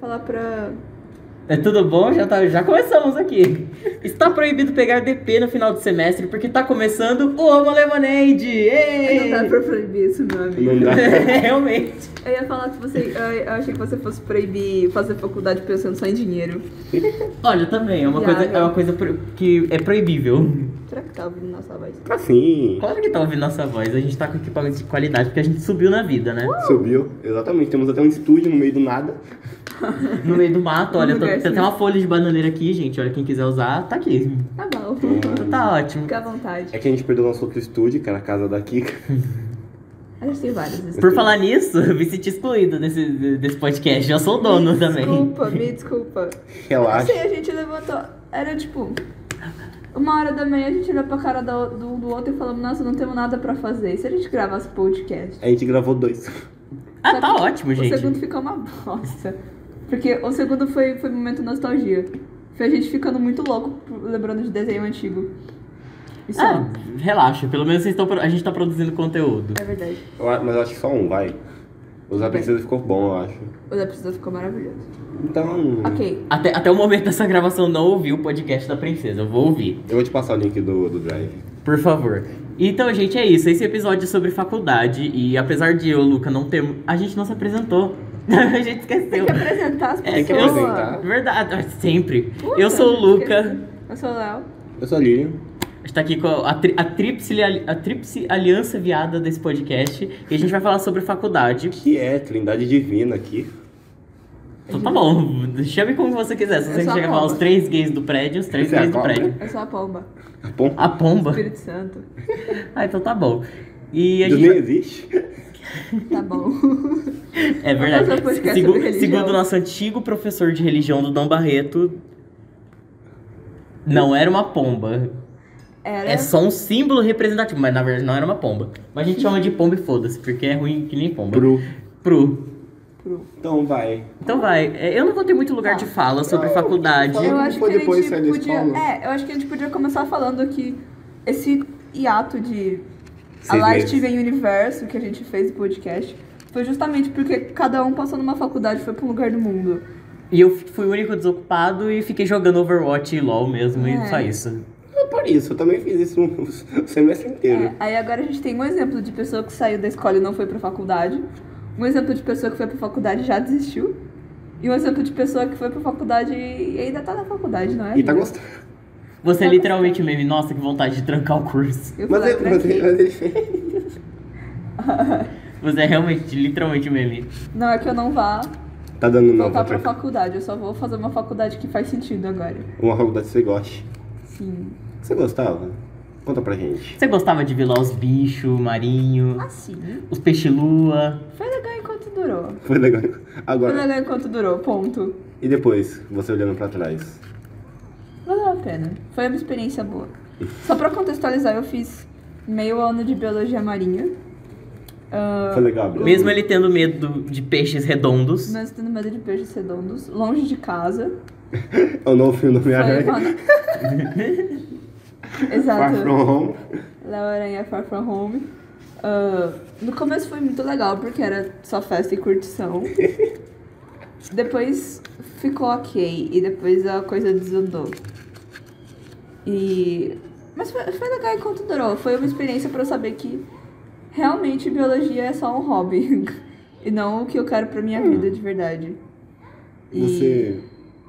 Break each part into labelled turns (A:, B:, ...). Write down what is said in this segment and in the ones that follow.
A: Falar pra.
B: É tudo bom? Já, tá, já começamos aqui. Está proibido pegar DP no final do semestre porque tá começando o Homo Lemonade!
A: Não tá
B: Ei!
A: dá pra proibir isso, meu amigo.
C: Não dá.
B: Realmente.
A: Eu ia falar que você. Eu, eu achei que você fosse proibir fazer faculdade pensando só em dinheiro.
B: Olha, também, é uma coisa, é uma coisa pro- que é proibível.
A: Será que tá ouvindo nossa voz?
C: Assim,
B: Claro que tá ouvindo nossa voz, a gente tá com equipamento de qualidade porque a gente subiu na vida, né?
C: subiu. Exatamente. Temos até um estúdio no meio do nada.
B: No meio do mato, olha,
A: Um
B: tô-
A: lugar
B: tem
A: assim.
B: até uma folha de bananeira aqui, gente. Olha, quem quiser usar, tá aqui.
A: Tá bom.
B: Então tá ótimo.
A: Fica à vontade.
C: É que a gente perdeu nosso outro estúdio, que era a casa da Kika.
A: A gente tem várias. vezes.
B: Por falar nisso, eu me senti excluído desse, desse podcast. Eu sou o dono também.
A: Desculpa, me desculpa. Não
C: Relaxa.
A: sei, a gente levantou. Era tipo. Uma hora da manhã a gente olhou pra cara do, do, do outro e falamos, nossa, não temos nada pra fazer. E se a gente gravasse podcast?
C: A gente gravou dois.
B: Ah, tá ótimo,
A: O
B: gente.
A: segundo ficou uma bosta. Porque o segundo foi, foi momento nostalgia. Foi a gente ficando muito louco lembrando de desenho antigo. Isso é
B: Ah, relaxa, pelo menos vocês estão, pro- a gente tá produzindo conteúdo.
A: é verdade.
C: Eu a- Mas eu acho que só um, vai. Os princesa ficou bom, eu acho.
A: O da Priscila ficou maravilhoso.
C: Então,
A: Ok.
B: Até, até o momento dessa gravação eu não ouvi o podcast da princesa, eu vou ouvir,
C: eu vou te passar o link do, do Drive.
B: por favor. Então, gente, é isso. Esse episódio é sobre faculdade e apesar de eu, Luca, não ter... A gente não se apresentou. a gente
A: Tem
B: esqueceu.
A: que apresentar as pessoas.
C: É, Tem que apresentar.
B: Verdade, ah, sempre.
A: Puta,
B: eu sou o Luca.
A: esqueci. Eu sou o Léo.
C: Eu sou a Lilian.
B: A gente tá aqui com a, tri, a, tríplice ali- a tríplice aliança viada desse podcast. E a gente vai falar sobre faculdade.
C: Que é Trindade Divina aqui.
B: Então tá bom, chame como você quiser. Se
A: Eu
B: você
A: sou a
B: chegar a falar
A: pomba.
B: os três gays do prédio, os três
C: Você é a
B: gays do
C: cobra?
B: prédio.
A: Eu sou a Pomba.
C: Bom,
B: A pomba?
A: Espírito Santo.
B: Ah, então tá bom. E a
C: Deus
B: gente.
C: nem existe.
A: Tá bom.
B: É verdade.
A: fazer um podcast
B: Segu-
A: sobre religião.
B: segundo o nosso antigo professor de religião do Dom Barreto, não era uma pomba.
A: Era.
B: É só um símbolo representativo, mas na verdade não era uma pomba. Mas a gente chama de pomba e foda-se, porque é ruim que nem pomba.
C: Bru.
B: Pro.
A: pro-
C: Então vai.
B: Então vai, é, eu não vou ter muito lugar
A: Tá.
B: de fala sobre faculdade.
A: Então,
C: Fala.
A: Eu
C: Como
A: acho que
C: foi
A: a gente
C: depois sair da
A: podia.
C: escola?
A: É, eu acho que a gente podia começar falando que esse hiato de a
C: Seis
A: lá
C: meses.
A: Steven Universo que a gente fez o podcast foi justamente porque cada um passou numa faculdade e foi pra um lugar do mundo.
B: E eu f- fui o único desocupado e fiquei jogando Overwatch e LOL mesmo,
A: É.
B: e só isso.
C: É por isso, eu também fiz isso o semestre inteiro.
A: É, aí agora a gente tem um exemplo de pessoa que saiu da escola e não foi pra faculdade, um exemplo de pessoa que foi pra faculdade e já desistiu, e um exemplo de pessoa que foi pra faculdade e ainda tá na faculdade, não é?
C: E tá
A: amiga?
C: gostando.
B: Você é
A: Tá
B: literalmente meme, nossa, que vontade de trancar o curso.
A: Eu fui
C: Mas,
A: lá
C: eu,
A: pra
C: mas, é,
A: quê?
C: mas ele fez.
B: Você é realmente, literalmente meme.
A: Não é que eu não vá
C: Tá dando uma
A: voltar pra
C: outra.
A: faculdade, eu só vou fazer uma faculdade que faz sentido agora.
C: Uma faculdade que você goste.
A: Sim.
C: Você gostava? Conta pra gente.
B: Você gostava de ver lá os bichos, o marinho,
A: Assim.
B: os peixilua.
A: Foi legal enquanto durou.
C: Foi legal.
A: Foi
C: Agora,
A: legal enquanto durou, ponto.
C: e depois, você olhando pra trás?
A: Valeu a pena. Foi uma experiência boa. Só pra contextualizar, eu fiz meio ano de biologia marinha. Ah,
C: Foi legal, Bruno?
B: Mesmo ele tendo medo de peixes redondos.
A: Mas tendo medo de peixes redondos, longe de casa.
C: É o novo filme do
A: Foi
C: Homem-Aranha.
A: uma...
C: Far
A: Exato.
C: From Home.
A: Léo Aranha Far From Home. Ah, no começo foi muito legal, porque era só festa e curtição. depois ficou ok, e depois a coisa desandou. E... Mas foi, foi legal enquanto durou. Foi uma experiência pra eu saber que realmente biologia é só um hobby. e não o que eu quero pra minha vida de verdade. E-
C: Você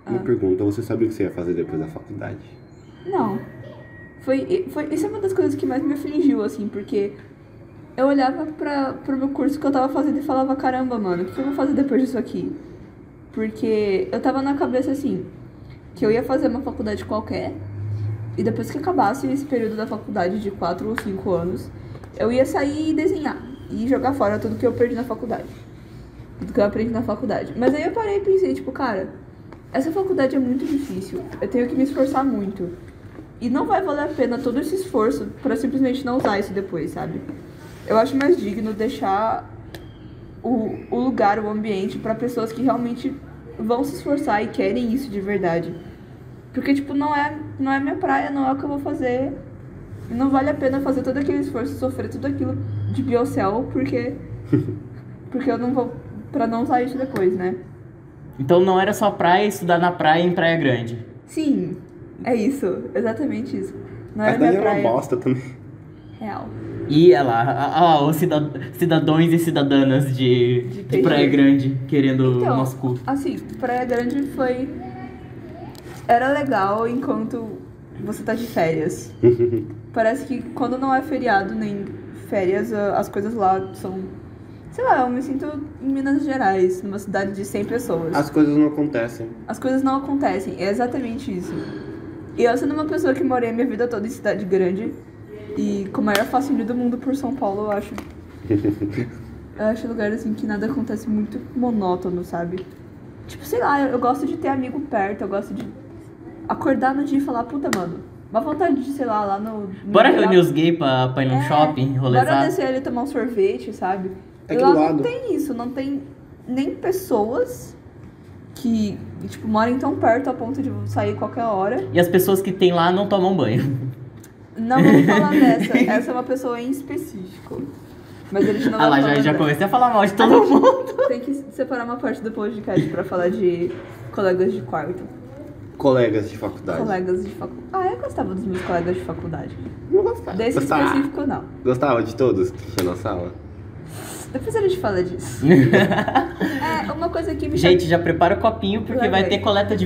A: Ah.
C: me pergunta, você sabia o que você ia fazer depois da faculdade?
A: Não. Foi, foi, isso é uma das coisas que mais me afligiu, assim, porque eu olhava pra, pro meu curso que eu tava fazendo e falava, caramba, mano, o que eu vou fazer depois disso aqui? Porque eu tava na cabeça, assim, que eu ia fazer uma faculdade qualquer, e depois que acabasse esse período da faculdade de 4 ou 5 anos, eu ia sair e desenhar, e jogar fora tudo que eu perdi na faculdade. Tudo que eu aprendi na faculdade. Mas aí eu parei e pensei, tipo, cara, essa faculdade é muito difícil, eu tenho que me esforçar muito. E não vai valer a pena todo esse esforço pra simplesmente não usar isso depois, sabe? Eu acho mais digno deixar o, o lugar, o ambiente pra pessoas que realmente vão se esforçar e querem isso de verdade. Porque, tipo, não é, não é minha praia, não é o que eu vou fazer. E Não vale a pena fazer todo aquele esforço, sofrer tudo aquilo de biocel, porque. Porque eu não vou. pra não usar isso depois, né?
B: Então não era só praia, estudar na praia em Praia Grande.
A: Sim, é isso. Exatamente isso. Não
C: Mas
A: era
C: daí
A: minha
C: é uma
A: praia.
C: bosta também.
A: Real.
B: E olha lá, a- a- os cida- cidadãos e cidadãs de,
A: De
B: de
A: Peixe.
B: Praia Grande querendo o
A: Então,
B: nosso culto.
A: Assim, Praia Grande foi. Era legal enquanto você tá de férias. Parece que quando não é feriado nem férias, a- as coisas lá são. Sei lá, eu me sinto em Minas Gerais, numa cidade de 100 pessoas.
C: As coisas não acontecem.
A: As coisas não acontecem, é exatamente isso. E eu sendo uma pessoa que morei a minha vida toda em cidade grande e com o maior fascínio do mundo por São Paulo, eu acho. eu acho lugar assim que nada acontece muito monótono, sabe? Tipo, sei lá, eu, eu gosto de ter amigo perto, eu gosto de acordar no dia e falar, puta, mano, uma vontade de, sei lá, lá no. no
B: Bora
A: lugar-
B: reunir os gays pra, pra ir num
A: É,
B: shopping,
A: Bora
B: rolezar?
A: descer ali e tomar um sorvete, sabe?
C: É
A: E
C: aqui
A: lá
C: do
A: não
C: lado.
A: tem isso, não tem nem pessoas que, tipo, moram tão perto a ponto de sair qualquer hora.
B: E as pessoas que tem lá não tomam banho.
A: Não vou falar dessa, essa é uma pessoa em específico. Mas eles não
B: Ah lá,
A: vão
B: já,
A: falar
B: já
A: dessa.
B: comecei a falar mal de todo mundo.
A: Tem que separar uma parte do podcast pra falar de colegas de quarto.
C: Colegas de faculdade.
A: Colegas de faculdade. Ah, eu gostava dos meus colegas de faculdade.
C: Não gostava.
A: Desse
C: gostava.
A: específico, não.
C: Gostava de todos que tinha na sala?
A: Depois a gente fala disso. é, uma coisa que me chateou.
B: Gente, já prepara o copinho porque
A: Lá
B: vai
A: vem.
B: ter coleta de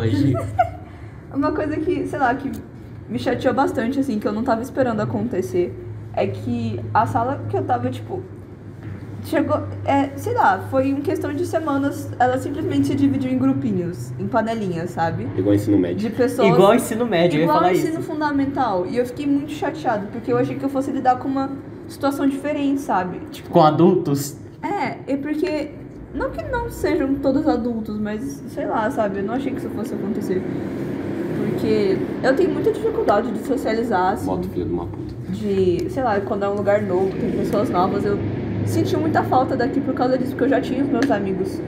B: hoje.
A: Uma coisa que, sei lá, que me chateou bastante, assim, que eu não tava esperando acontecer, é que a sala que eu tava, tipo. Chegou. É, sei lá, foi em questão de semanas, ela simplesmente se dividiu em grupinhos, em panelinhas, sabe?
C: Igual ensino médio.
A: De pessoas.
B: Igual ensino médio,
A: igual
B: eu ia falar
A: ao ensino
B: isso.
A: fundamental. E eu fiquei muito chateado, porque eu achei que eu fosse lidar com uma situação diferente, sabe?
B: Tipo, com adultos.
A: É, é porque. Não que não sejam todos adultos, mas sei lá, sabe? Eu não achei que isso fosse acontecer. Porque eu tenho muita dificuldade de socializar, assim,
C: Moto, filho de uma puta.
A: de, sei lá, quando é um lugar novo, tem pessoas novas. Eu senti muita falta daqui por causa disso, porque eu já tinha os meus amigos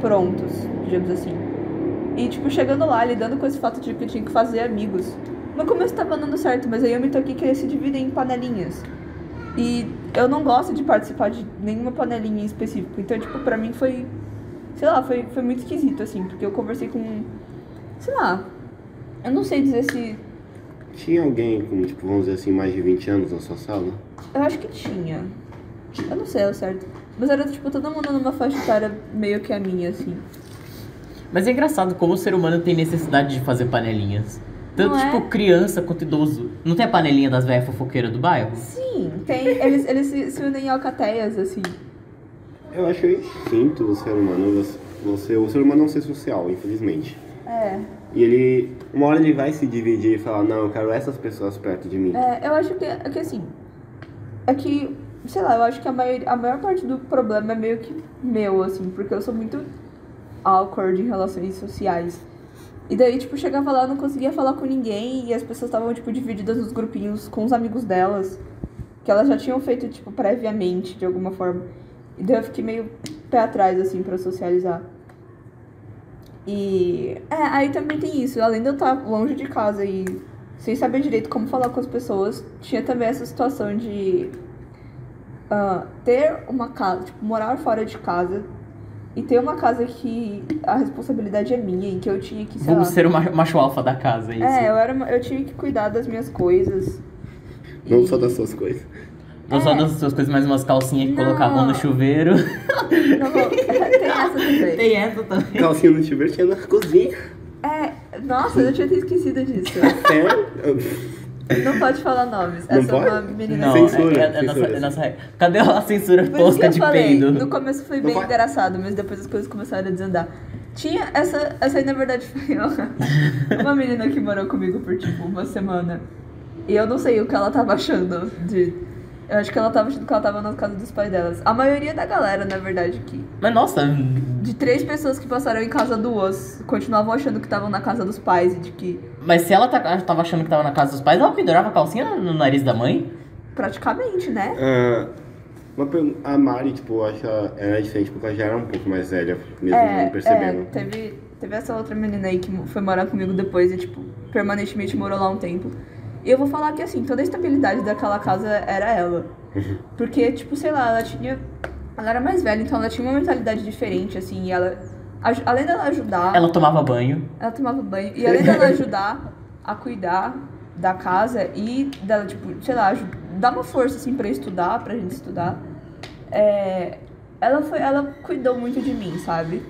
A: prontos, digamos assim. E, tipo, chegando lá, lidando com esse fato de que eu tinha que fazer amigos. No começo tava dando certo, mas aí eu me toquei que eles se dividem em panelinhas. E eu não gosto de participar de nenhuma panelinha em específico. Então, tipo, pra mim foi. Sei lá, foi, foi muito esquisito, assim, porque eu conversei com. Sei lá. Eu não sei dizer se
C: Tinha alguém com, tipo, vamos dizer assim, mais de 20 anos na sua sala?
A: Eu acho que tinha. Eu não sei ao certo. Mas era, tipo, todo mundo numa faixa etária meio que a minha, assim.
B: Mas é engraçado como o ser humano tem necessidade de fazer panelinhas. Tanto,
A: Não é?
B: tipo, criança quanto idoso. Não tem a panelinha das velhas fofoqueiras do bairro?
A: Sim, tem. Eles, eles se, se unem em alcateias, assim.
C: Eu acho que é o instinto do ser humano. Você, você- o ser humano é um ser social, infelizmente.
A: É.
C: E ele, uma hora ele vai se dividir e falar, não, eu quero essas pessoas perto de mim.
A: É, eu acho que, é que assim. É que, sei lá, eu acho que a maior, a maior parte do problema é meio que meu, assim, porque eu sou muito awkward em relações sociais. E daí, tipo, chegava lá, eu não conseguia falar com ninguém e as pessoas estavam, tipo, divididas nos grupinhos com os amigos delas, que elas já tinham feito, tipo, previamente, de alguma forma. E daí eu fiquei meio pé atrás, assim, pra socializar. E. É, aí também tem isso. Além de eu estar longe de casa e sem saber direito como falar com as pessoas, tinha também essa situação de ah, ter uma casa, tipo, morar fora de casa e ter uma casa que a responsabilidade é minha e que eu tinha que, sei lá.
B: Vamos ser o ma- macho alfa da casa, é isso.
A: É, eu, era uma- eu tinha que cuidar das minhas coisas.
C: Não
A: E-
C: só das suas coisas.
B: Não só
A: é.
B: das suas coisas, mas umas calcinhas que
A: Não.
B: colocavam no chuveiro.
A: Não, não, tem essa também.
B: Tem essa também.
C: Calcinha no chuveiro tinha na cozinha.
A: É, nossa, eu tinha até esquecido disso.
C: Sério?
A: Não pode falar nomes.
C: Não
A: Essa é uma
C: pode?
A: menina
B: Não,
C: Censura,
B: é, é, é nossa,
C: censura.
B: é nossa regra. Cadê a
A: Por
B: censura
A: isso que
B: tosca
A: eu
B: de
A: falei,
B: peido?
A: no começo foi
C: Não
A: bem
C: pode.
A: engraçado, mas depois as coisas começaram a desandar. Tinha essa, essa aí na verdade foi eu. uma menina que morou comigo por tipo uma semana. E eu não sei o que ela tava achando de. Eu acho que ela tava achando que ela tava na casa dos pais delas. A maioria da galera, na verdade, que
B: Mas nossa,
A: de três pessoas que passaram em casa duas, continuavam achando que estavam na casa dos pais e de que
B: mas se ela tá- tava achando que tava na casa dos pais, ela pendurava a calcinha no, no nariz da mãe?
A: praticamente, né?
C: Ah, uma pergunta. A Mari, tipo, eu acho que ela era diferente porque ela já era um pouco mais velha, mesmo não né? percebendo.
A: É, teve, teve essa outra menina aí que mo- foi morar comigo depois e, tipo, permanentemente morou lá um tempo. E eu vou falar que, assim, toda a estabilidade daquela casa era ela. Porque, tipo, sei lá, ela tinha. Ela era mais velha, então ela tinha uma mentalidade diferente, assim, e ela aj- além dela ajudar, ela...
B: Ela tomava banho.
A: tomava banho. E além dela ajudar a cuidar da casa e dela, tipo, sei lá, aju- dar uma força, assim, pra estudar, pra gente estudar, é, ela, foi, ela cuidou muito de mim, sabe?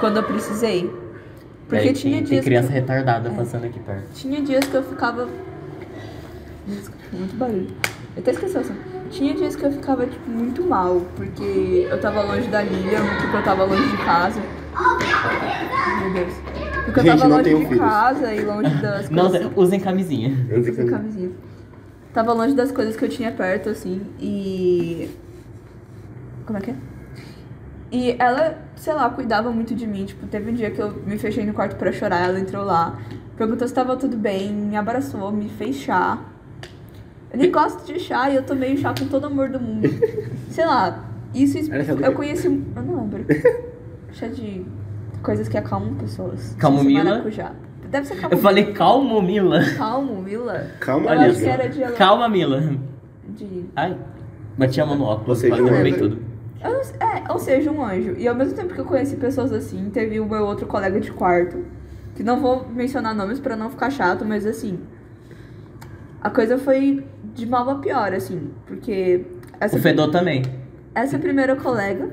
A: Quando eu precisei. Porque
B: Peraí,
A: tinha
B: É, tem, tem
A: dias que-
B: criança retardada passando aqui perto.
A: Tinha dias que eu ficava. Nossa, muito barulho. Eu até esqueci essa. Tinha dias que eu ficava, tipo, muito mal, porque eu tava longe da Lilian, porque eu tava longe de casa. Meu Deus. Porque eu
C: Gente,
A: tava
C: não
A: longe
C: tenham
A: de
C: filhos.
A: casa e longe das
B: Não,
A: coisas.
B: usem camisinha.
C: Eu
A: Sem camisinha. Tava longe das coisas que eu tinha perto, assim, e. Como é que é? E ela, sei lá, cuidava muito de mim. Tipo, teve um dia que eu me fechei no quarto pra chorar, ela entrou lá, perguntou se tava tudo bem, me abraçou, me fez chá. Eu nem gosto de chá e eu tomei o chá com todo o amor do mundo. sei lá, isso.
C: Era chá do
A: Eu
C: quê?
A: conheci. um- Eu não lembro. Chá de coisas que acalmam pessoas.
B: Camomila?
A: Maracujá. Deve ser
B: Eu
A: camomila.
B: falei, calmo, Mila.
A: Calmo, Mila.
C: Calma,
A: Eu
B: Olha,
A: acho que
C: amiga.
A: era de,
B: Calma, Mila.
A: de...
B: Ai, bati a mão no óculos,
C: Você
B: quase
C: viu,
B: derrubei
C: né?
B: tudo.
A: Eu não sei- É, ou seja, um anjo. E ao mesmo tempo que eu conheci pessoas assim, teve o meu outro colega de quarto, que não vou mencionar nomes pra não ficar chato, mas assim, a coisa foi de mal a pior, assim, porque essa,
B: O Fedor também.
A: essa primeira colega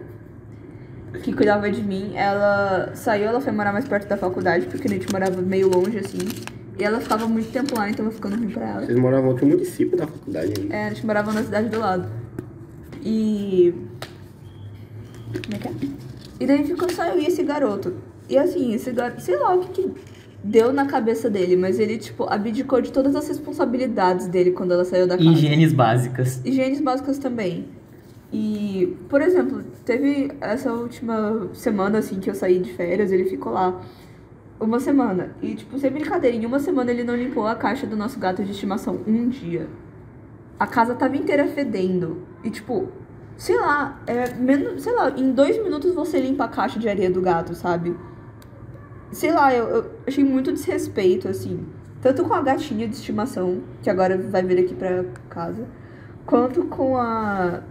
A: que cuidava de mim, ela saiu, ela foi morar mais perto da faculdade, porque a gente morava meio longe, assim, e ela ficava muito tempo lá, então eu ficando ruim pra ela.
C: Vocês moravam em outro município da faculdade. né?
A: É, a gente morava na cidade do lado. E. Como é que é? E daí ficou só eu e esse garoto. E assim, esse garoto, sei lá o que, que deu na cabeça dele, mas ele, tipo, abdicou de todas as responsabilidades dele quando ela saiu da casa.
B: Higienes básicas.
A: Higienes básicas também. E, por exemplo, teve essa última semana, assim, que eu saí de férias, ele ficou lá uma semana. E, tipo, sem brincadeira, em uma semana ele não limpou a caixa do nosso gato de estimação. Um dia. A casa tava inteira fedendo. E, tipo, sei lá, é menos, sei lá, em dois minutos você limpa a caixa de areia do gato, sabe? Sei lá, eu, eu achei muito desrespeito, assim. Tanto com a gatinha de estimação, que agora vai vir aqui pra casa, quanto com a,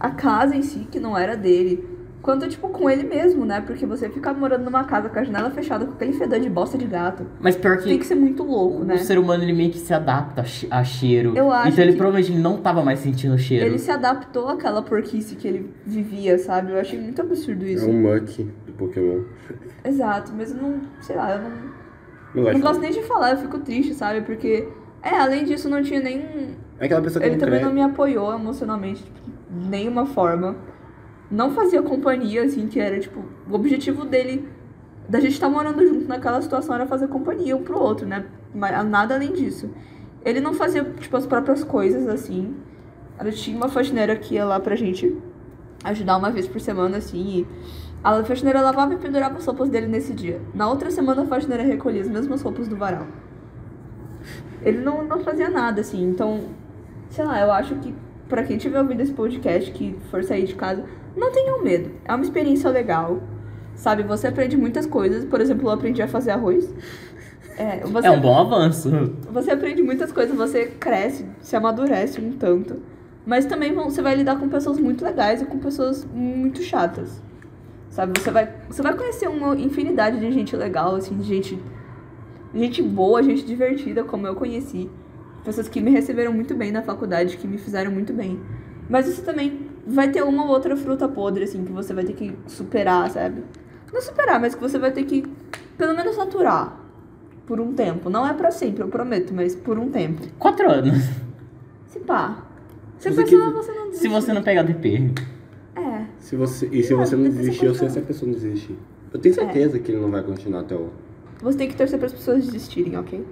A: a casa em si, que não era dele. Quanto, tipo, com ele mesmo, né? Porque você ficar morando numa casa com a janela fechada, com aquele fedor de bosta de gato,
B: Mas pior que,
A: tem que ser muito louco, né?
B: o ser humano ele meio que se adapta a che- a cheiro.
A: Eu acho
B: então ele
A: que-
B: provavelmente ele não tava mais sentindo o cheiro.
A: Ele se adaptou àquela porquice que ele vivia, sabe? Eu achei muito absurdo
C: É
A: isso.
C: um Muck do Pokémon.
A: Exato, mas eu não, sei lá, eu não,
C: Não
A: não
C: gosto.
A: gosto nem de falar, eu fico triste, sabe? Porque, é, além disso, não tinha nem.
C: É aquela pessoa que
A: Ele
C: não
A: também
C: cresce.
A: não me apoiou emocionalmente, tipo, de nenhuma forma. Não fazia companhia, assim, que era, tipo, o objetivo dele, da gente estar morando junto naquela situação, era fazer companhia um pro outro, né? Mas nada além disso. Ele não fazia, tipo, as próprias coisas, assim. Ela tinha uma faxineira que ia lá pra gente ajudar uma vez por semana, assim, e a faxineira lavava e pendurava as roupas dele nesse dia. Na outra semana, a faxineira recolhia as mesmas roupas do varal. Ele não, não fazia nada, assim, então, sei lá, eu acho que pra quem tiver ouvido esse podcast, que for sair de casa, não tenham medo. É uma experiência legal, sabe? Você aprende muitas coisas, por exemplo, eu aprendi a fazer arroz. É, você
B: É um bom avanço.
A: você aprende muitas coisas, você cresce, se amadurece um tanto. Mas também vão- você vai lidar com pessoas muito legais e com pessoas muito chatas. Sabe? Você vai, você vai conhecer uma infinidade de gente legal, assim, de gente, gente boa, gente divertida, como eu conheci. Pessoas que me receberam muito bem na faculdade, que me fizeram muito bem. Mas você também vai ter uma ou outra fruta podre, assim, que você vai ter que superar, sabe? Não superar, mas que você vai ter que, pelo menos, saturar. Por um tempo. Não é pra sempre, eu prometo, mas por um tempo.
B: Quatro anos.
A: Se pá. é Se a
C: Você
A: pessoa
C: que-
A: você não
B: Se
A: desiste.
B: você não pegar DP.
A: É.
C: Se você, e se
A: Não,
C: você não
A: depois você
C: desistir, eu sei
A: continua.
C: se a pessoa não desistir. Eu
A: É.
C: tenho certeza que ele não vai continuar até o.
A: Você tem que torcer pras pessoas desistirem, ok?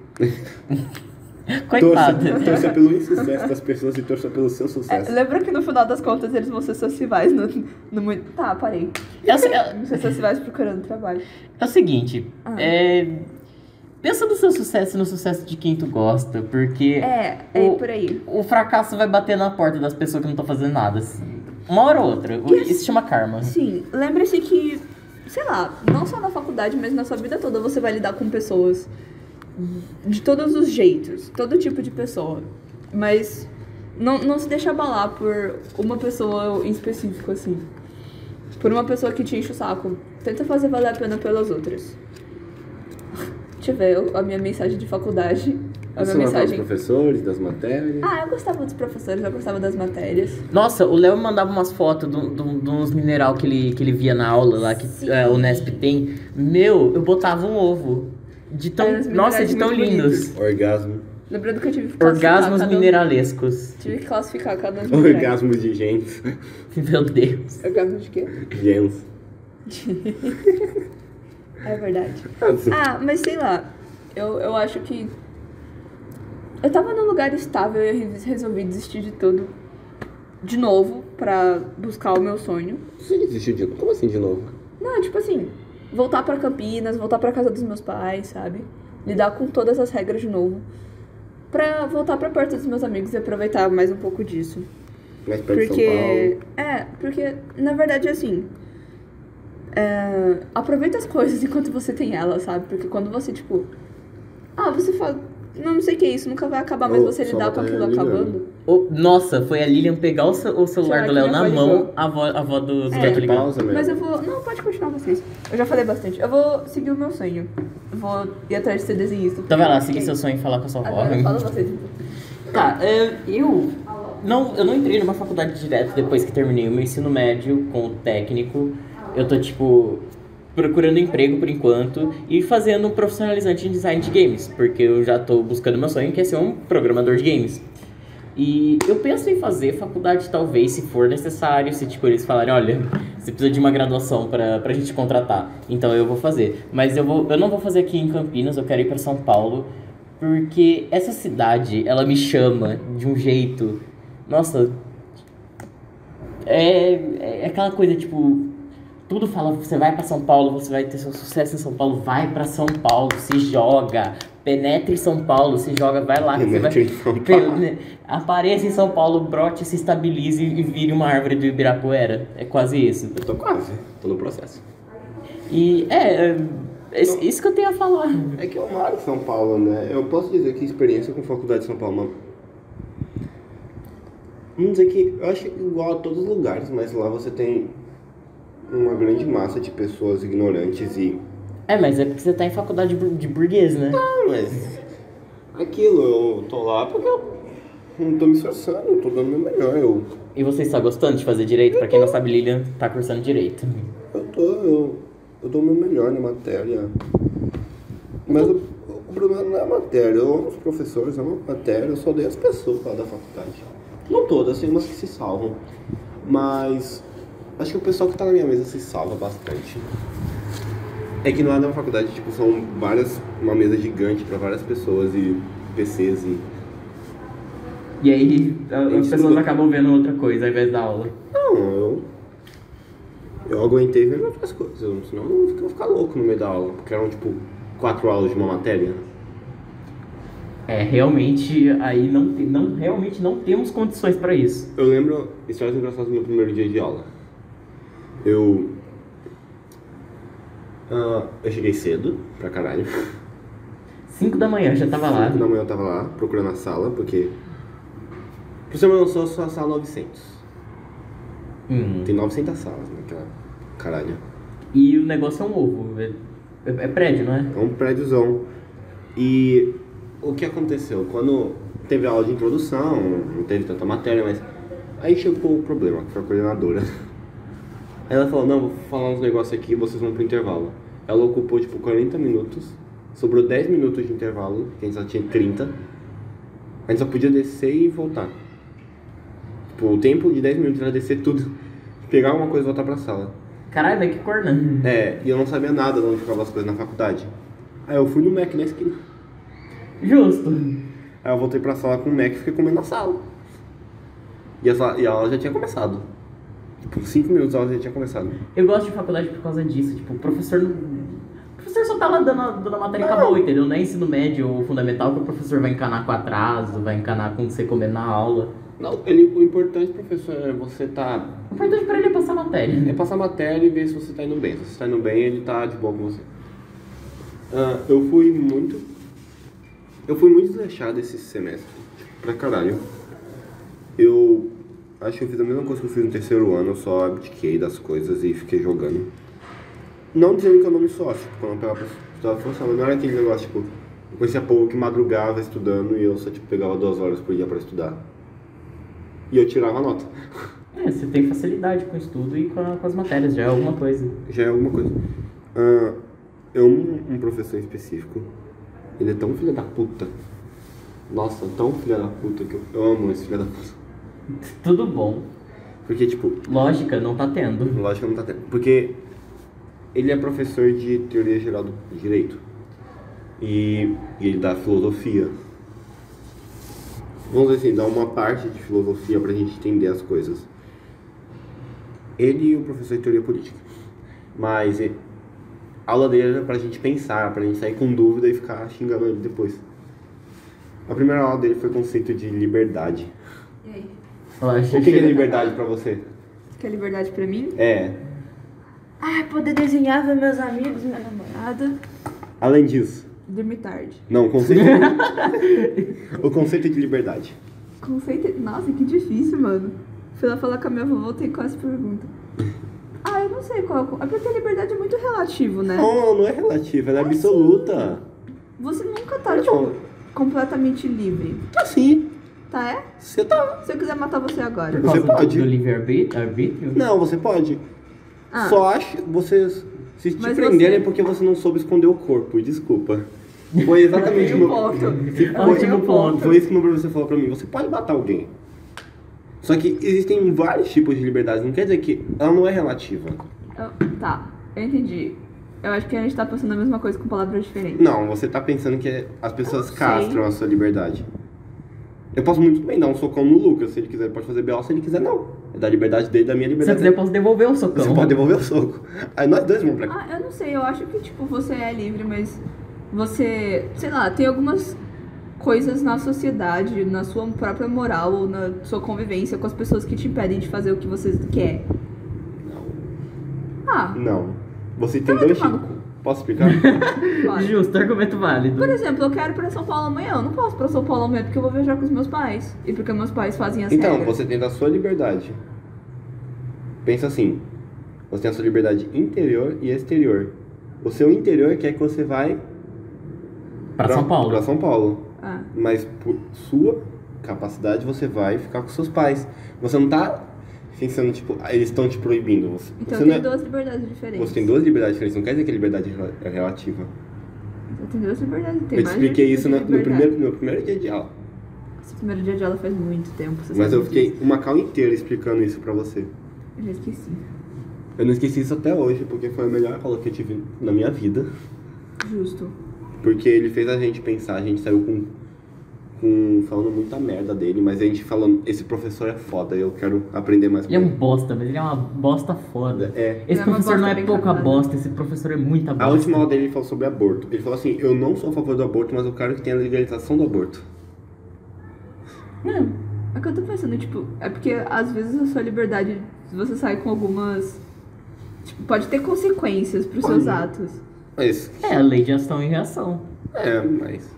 B: Coitado.
C: Torça, torça pelo insucesso das pessoas e torça pelo seu
A: É,
C: sucesso.
A: lembra que no final das contas eles vão ser sociais no, no mundo. Tá, parei.
B: É o se- é-
A: Vão ser sociais procurando trabalho.
B: é o seguinte.
A: Ah.
B: é, Pensa no seu sucesso e no sucesso de quem tu gosta. Porque
A: É, é
B: O-
A: por aí.
B: o fracasso vai bater na porta das pessoas que não estão fazendo nada. assim. Uma hora ou outra. O-
A: Yes.
B: Isso chama karma.
A: Sim, lembre-se que, sei lá, não só na faculdade, mas na sua vida toda você vai lidar com pessoas de todos os jeitos, todo tipo de pessoa. Mas não, não se deixa abalar por uma pessoa em específico, assim. Por uma pessoa que te enche o saco Tenta fazer valer a pena pelas outras. Deixa eu ver eu- a minha mensagem de faculdade. A
C: Você
A: minha
C: matava os
A: mensagem.
C: professores, das matérias.
A: Ah, eu gostava dos professores, eu gostava das matérias.
B: Nossa, o Léo me mandava umas fotos de do, uns mineral que ele, que ele via na aula lá, que
A: Sim.
B: é, o Nesp tem. Meu, eu botava um ovo. De tão,
A: Eram os minerais
B: nossa, de tão
A: muito
B: lindos.
C: Orgasmo.
A: Lembrando que eu tive que classificar
B: Orgasmos
A: cada um-
B: mineralescos.
A: Tive que classificar cada um dos minerais.
C: Orgasmo de gente.
B: Meu Deus.
A: Orgasmo de quê?
C: Gens.
A: É verdade. Ah, mas sei lá. Eu, eu acho que. Eu tava num lugar estável e eu re- resolvi desistir de tudo. De novo, pra buscar o meu sonho.
C: Você desistiu de Como assim de novo?
A: Não, é tipo assim, voltar pra Campinas, voltar pra casa dos meus pais, sabe? Lidar com todas as regras de novo. Pra voltar pra perto dos meus amigos e aproveitar mais um pouco disso.
C: Mais perto de São Paulo.
A: Porque. É, porque, na verdade, assim. é, aproveita as coisas enquanto você tem elas, sabe? Porque quando você, tipo. Ah, você fala. Não, não sei o que é isso, nunca vai acabar, mas
C: Ô,
A: você
C: só
A: lidar
C: tá
A: com aquilo
C: ligando.
A: acabando.
B: Ô, nossa, foi a Lilian pegar o, ce- o
A: Será
B: celular do
A: que
B: Léo
A: já
B: na
A: foi
B: mão,
A: ligou?
B: a avó, a avó do.
A: né,
B: tá
A: É.
B: Quer que ligou?
C: Pausa mesmo.
A: Mas eu vou. Não, pode continuar vocês. Eu já falei bastante. Eu vou seguir o meu sonho. Eu Vou ir atrás de ser desenhista.
B: Então vai lá, seguir
A: Ok.
B: seu sonho e falar com a sua avó.
A: Agora fala vocês. um
B: Tá, é, eu não, eu não entrei numa faculdade direto depois que terminei o meu ensino médio com o técnico. Eu tô, tipo, procurando emprego por enquanto e fazendo um profissionalizante em design de games, porque eu já tô buscando meu sonho, que é ser um programador de games. E eu penso em fazer faculdade, talvez, se for necessário, se, tipo, eles falarem, olha, você precisa de uma graduação pra, pra gente te contratar. Então eu vou fazer. Mas eu, vou, eu não vou fazer aqui em Campinas, eu quero ir pra São Paulo, porque essa cidade, ela me chama de um jeito. Nossa. É, é aquela coisa, tipo. Tudo fala, você vai pra São Paulo, você vai ter seu sucesso em São Paulo, vai pra São Paulo, se joga, penetra em São Paulo, se joga, vai lá, que você vai.
C: Penetra em São
B: Pe-
C: Paulo.
B: né, Apareça em São Paulo, brote, se estabilize e vire uma árvore do Ibirapuera. É quase isso.
C: Eu tô quase. Tô no processo.
B: E é, é, é isso isso que eu tenho a falar.
C: É que eu moro em São Paulo, né? Eu posso dizer que a experiência com a faculdade de São Paulo, mano. Vamos dizer que eu acho que é igual a todos os lugares, mas lá você tem uma grande massa de pessoas ignorantes e.
B: É, mas é porque você tá em faculdade de bur- de burguês, né?
C: Ah, mas. Aquilo, eu tô lá porque eu não tô me esforçando, eu tô dando o meu melhor. Eu,
B: E você está gostando de fazer direito? Pra quem não sabe, Lilian tá cursando direito.
C: eu tô. Eu, eu dou o meu melhor na matéria. Mas o, o problema não é a matéria, eu amo os professores, eu amo a matéria, eu só odeio as pessoas lá da faculdade. Não todas, tem umas que se salvam. Mas acho que o pessoal que tá na minha mesa se salva bastante. É que lá na faculdade, tipo, são várias. uma mesa gigante pra várias pessoas e PCs e.
B: E aí a- as
C: Isso.
B: pessoas acabam vendo outra coisa ao invés da aula.
C: Não, eu. Eu aguentei vendo outras coisas, eu- senão eu ia ficar louco no meio da aula, porque eram tipo quatro aulas de uma matéria.
B: É, realmente, aí não, te- não realmente não temos condições pra isso.
C: Eu lembro histórias engraçadas do meu primeiro dia de aula. Eu. ah, eu cheguei cedo, pra caralho.
B: 5 da manhã já tava lá.
C: Cinco da manhã eu tava lá, procurando a sala, porque. Pra você não sou só a sala 900.
B: Hum.
C: Tem 900 salas naquela. Caralho.
B: E o negócio é um ovo. É, é prédio, não é?
C: É um prédiozão. E o que aconteceu? Quando teve aula de introdução, não teve tanta matéria, mas. Aí chegou o problema, que foi a coordenadora. Aí ela falou, não, vou falar uns negócios aqui vocês vão pro intervalo. Ela ocupou tipo 40 minutos, sobrou 10 minutos de intervalo, que a gente só tinha 30. A gente só podia descer e voltar. Tipo, o tempo de 10 minutos era descer tudo, pegar alguma coisa e voltar pra sala.
B: Caralho, velho, que corna.
C: É, e eu não sabia nada de onde ficavam as coisas na faculdade. Aí eu fui no Mac na esquina.
B: Justo.
C: Aí eu voltei pra sala com o Mac e fiquei comendo na sala. E a, sala- e a aula já tinha começado. Tipo, 5 minutos a aula já tinha começado.
B: Eu gosto de faculdade por causa disso. Tipo, o professor não. O professor só tá lá dando, a- dando a matéria e acabou, entendeu? Não é ensino médio ou fundamental que o professor vai encanar com atraso, vai encanar com você comer na aula.
C: Não, ele, o importante, professor, é você tá.
B: O importante pra ele é passar a matéria.
C: É passar matéria e ver se você tá indo bem. Se você tá indo bem, ele tá de boa com você. Ah, eu fui muito. Eu fui muito desleixado esse semestre. Pra caralho. Eu acho que eu fiz a mesma coisa que eu fiz no terceiro ano, eu só abdiquei das coisas e fiquei jogando. Não dizendo que eu não me sócio, porque eu não pegava pra estudar forçado, mas não era aquele negócio, tipo, eu conhecia povo que madrugava estudando e eu só, tipo, pegava duas horas por dia pra estudar. E eu tirava nota.
B: É, você tem facilidade com o estudo e com, a- com as matérias, já é alguma coisa.
C: Já é alguma coisa. Ah, eu amo um professor em específico. Ele é tão filho da puta. Nossa, tão filho da puta que eu, eu amo esse filho da puta.
B: Tudo bom.
C: Porque, tipo,
B: Lógica, não tá tendo.
C: Lógico que não tá tendo. Porque ele é professor de teoria geral do direito. E, e ele dá filosofia. Vamos dizer assim, dá uma parte de filosofia pra gente entender as coisas. Ele e o professor de teoria política. Mas e- a aula dele era pra gente pensar, pra gente sair com dúvida e ficar xingando ele depois. A primeira aula dele foi conceito de liberdade.
A: E aí?
B: Lógica.
C: O que que é liberdade pra você?
A: Que é liberdade pra mim?
C: É,
D: Ai, poder desenhar ver meus amigos, minha namorada.
C: além disso,
A: Dormir tarde.
C: Não, o conceito. o conceito é de liberdade.
A: Conceito. Nossa, que difícil, mano. Fui lá falar com a minha vovó, tem quase pergunta. Ah, eu não sei qual. É porque a liberdade é muito relativo, né?
C: Não, não é relativa, ela é absoluta.
A: Você nunca tá, tipo, completamente livre.
C: Assim,
A: Tá, é?
C: você tá.
A: Se eu quiser matar você agora.
B: Por causa
C: Você pode.
B: Do, do livre-arbítrio?
C: Não, você pode.
A: Ah.
C: Só acho. Vocês se te
A: Mas
C: prenderem
A: você-
C: porque você não soube esconder o corpo, desculpa. Foi exatamente o
A: Ela
C: meu.
A: veio ponto.
B: Ela
A: Ela
B: veio
A: veio
B: ponto.
C: Foi isso que meu professor falou pra mim. Você pode matar alguém. Só que existem vários tipos de liberdades, não quer dizer que ela não é relativa.
A: Eu- Tá, eu entendi. Eu acho que a gente tá pensando a mesma coisa com palavras diferentes.
C: Não, você tá pensando que as pessoas
A: Sim.
C: castram a sua liberdade. Eu posso muito bem dar um socão no Lucas, se ele quiser, ele pode fazer B.O., se ele quiser, não. É da liberdade dele, da minha
B: Se eu
C: liberdade.
B: quiser, eu
C: dele.
B: posso devolver o socão.
C: Você pode devolver o soco. Aí nós dois vamos pra
A: Ah, eu não sei, eu acho que, tipo, você é livre, mas você, sei lá, tem algumas coisas na sociedade, na sua própria moral, ou na sua convivência com as pessoas que te impedem de fazer o que você quer. Ah, Então
C: Não. Você tem
A: Vai
C: dois
A: tomar
C: tipos.
A: no cu. Tá
C: Posso explicar?
A: claro.
B: Justo, argumento válido.
A: Por exemplo, eu quero ir pra São Paulo amanhã. Eu não posso ir pra São Paulo amanhã porque eu vou viajar com os meus pais. E porque meus pais fazem as
C: então,
A: regras.
C: você tem da sua liberdade. Pensa assim. Você tem a sua liberdade interior e exterior. O seu interior quer que você vai
B: Pra São Paulo.
C: Pra São Paulo.
A: Ah,
C: mas por sua capacidade você vai ficar com seus pais. Você não tá pensando, tipo, ah, eles estão te proibindo. Você,
A: então
C: você
A: eu
C: não
A: tenho
C: é-
A: duas liberdades diferentes.
C: você tem duas liberdades diferentes, não quer dizer que a liberdade é rela- é relativa.
A: Eu tenho duas liberdades. Tem
C: eu te
A: mais
C: expliquei
A: de-
C: isso
A: de
C: na- no,
A: liberdade.
C: primeiro, no meu primeiro dia de aula.
A: Esse primeiro dia de aula faz muito tempo. você
C: Mas
A: sabe
C: eu
A: disso.
C: fiquei uma cal inteira explicando isso pra você.
A: Eu já esqueci.
C: Eu não esqueci isso até hoje, porque foi a melhor aula que eu tive na minha vida.
A: Justo.
C: Porque ele fez a gente pensar, a gente saiu com. com falando muita merda dele, mas a gente falando, esse professor é foda, eu quero aprender mais com
B: Ele é um bosta, mas ele é uma bosta foda.
C: É.
A: Ele
B: Esse
A: é uma
B: professor não
A: bosta
B: é
A: bem
B: pouca
A: carregada.
B: bosta, esse professor é muita bosta.
C: A última aula dele ele falou sobre aborto. Ele falou assim: Eu não sou a favor do aborto, mas eu quero que tenha legalização do aborto.
A: É que eu tô pensando, tipo, é porque às vezes a sua liberdade, você sai com algumas. Tipo, pode ter consequências pros seus atos.
C: Mas,
B: É, a lei de ação e reação.
C: é, mas.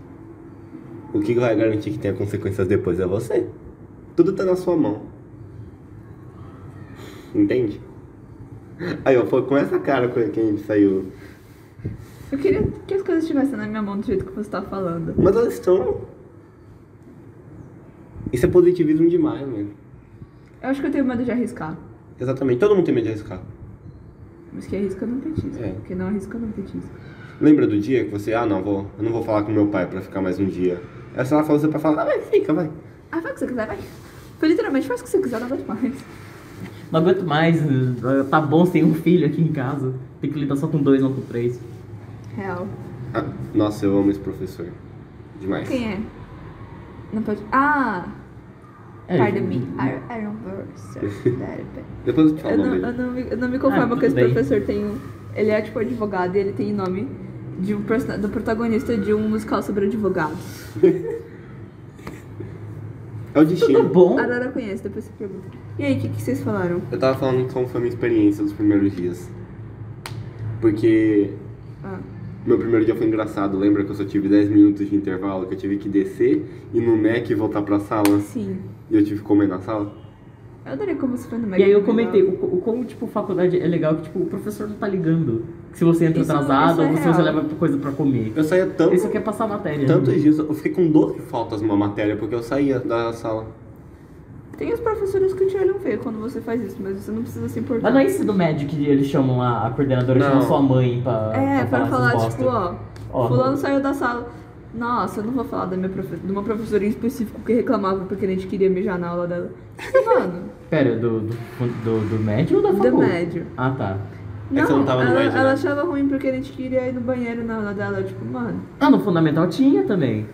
C: O que vai garantir que tenha consequências depois é você. Tudo tá na sua mão. Entende? Aí, ó, foi com essa cara que a gente saiu.
A: Eu queria que as coisas estivessem na minha mão do jeito que você tá falando.
C: Mas elas estão. Isso é positivismo demais, mano.
A: Eu acho que eu tenho medo de arriscar.
C: Exatamente, todo mundo tem medo de arriscar.
A: Mas que arrisca não petisca.
C: É.
A: Porque não arrisca não petisca.
C: Lembra do dia que você, ah, não, vou, eu não vou falar com meu pai pra ficar mais um dia. Aí você lá falou, você pra falar, ah, vai, fica, vai.
A: Ah, faz o que você quiser, vai. Foi literalmente, faz o que você quiser, nada demais.
B: Não aguento mais, eh, tá bom sem um filho aqui em casa. Tem que lidar só com dois, não com três.
A: Real.
C: Ah, nossa, eu amo esse professor. Demais.
A: Quem é? Não pode. Ah!
B: É,
A: pardon me.
B: gente.
A: I, I remember, sir. That a bit.
C: Depois eu te falo
A: Eu
C: o
A: não,
C: nome
A: eu,
C: dele.
A: não me, eu não me conformo
B: Ah,
A: que esse
B: tudo bem.
A: professor tem um. Ele é tipo advogado e ele tem nome de um persona- do protagonista de um musical sobre advogados.
C: É o
B: Tudo
C: destino.
B: bom?
A: A Arara conhece, depois você pergunta. E aí, o que, que vocês falaram?
C: Eu tava falando como foi a minha experiência dos primeiros dias. Porque
A: Ah,
C: meu primeiro dia foi engraçado. Lembra que eu só tive 10 minutos de intervalo, que eu tive que descer, ir no Mac e voltar pra sala.
A: sim.
C: E eu tive que comer na sala?
A: Eu adorei como você foi no
B: E aí eu comentei, o, o como, tipo, faculdade é legal que, tipo, o professor não tá ligando. que se você entra
A: Isso-
B: atrasado,
A: isso é
B: você, você
A: real.
B: leva coisa pra comer.
C: Eu saía tanto,
B: Isso aqui é passar matéria.
C: tantos dias, eu fiquei com 12 faltas numa matéria, porque eu saía da sala.
A: Tem os professores que te olham feio quando você faz isso, mas você não precisa se importar.
B: Mas não é ensino médio que eles chamam a, a coordenadora,
C: Não.
B: chama sua mãe pra.
A: É, pra
B: essas
A: falar,
B: Ah, tá bosta.
A: tipo, ó,
B: Ó,
A: fulano saiu da sala. Nossa, eu não vou falar da minha profe- de uma professora em específico que reclamava porque a gente queria mijar na aula dela. Mano,
B: Pera, do, do, do, do médio ou da
A: do
B: facu?
A: médio.
B: Ah, tá.
C: É que você não tava no
A: ela,
C: médio,
A: ela
C: né?
A: achava ruim porque a gente queria ir no banheiro na aula dela. Tipo, mano,
B: Ah, no fundamental tinha também.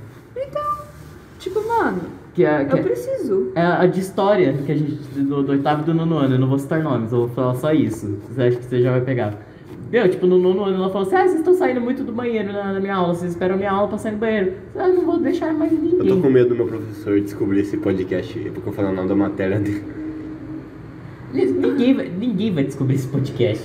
A: tipo, mano,
B: Que é, que
A: eu
B: é-
A: preciso.
B: é a de história que a gente. Do, do oitavo e do nono ano. Eu não vou citar nomes, eu vou falar só isso. Você acha que você já vai pegar. Meu, tipo, no nono ano ela falou assim: Ah, vocês estão saindo muito do banheiro na, na minha aula, vocês esperam a minha aula pra sair do banheiro. Ah, eu não vou deixar mais
C: Eu tô
B: ninguém.
C: com medo do meu professor descobrir esse podcast, porque eu falei o nome da matéria dele.
B: Ninguém, vai- ninguém vai descobrir esse podcast.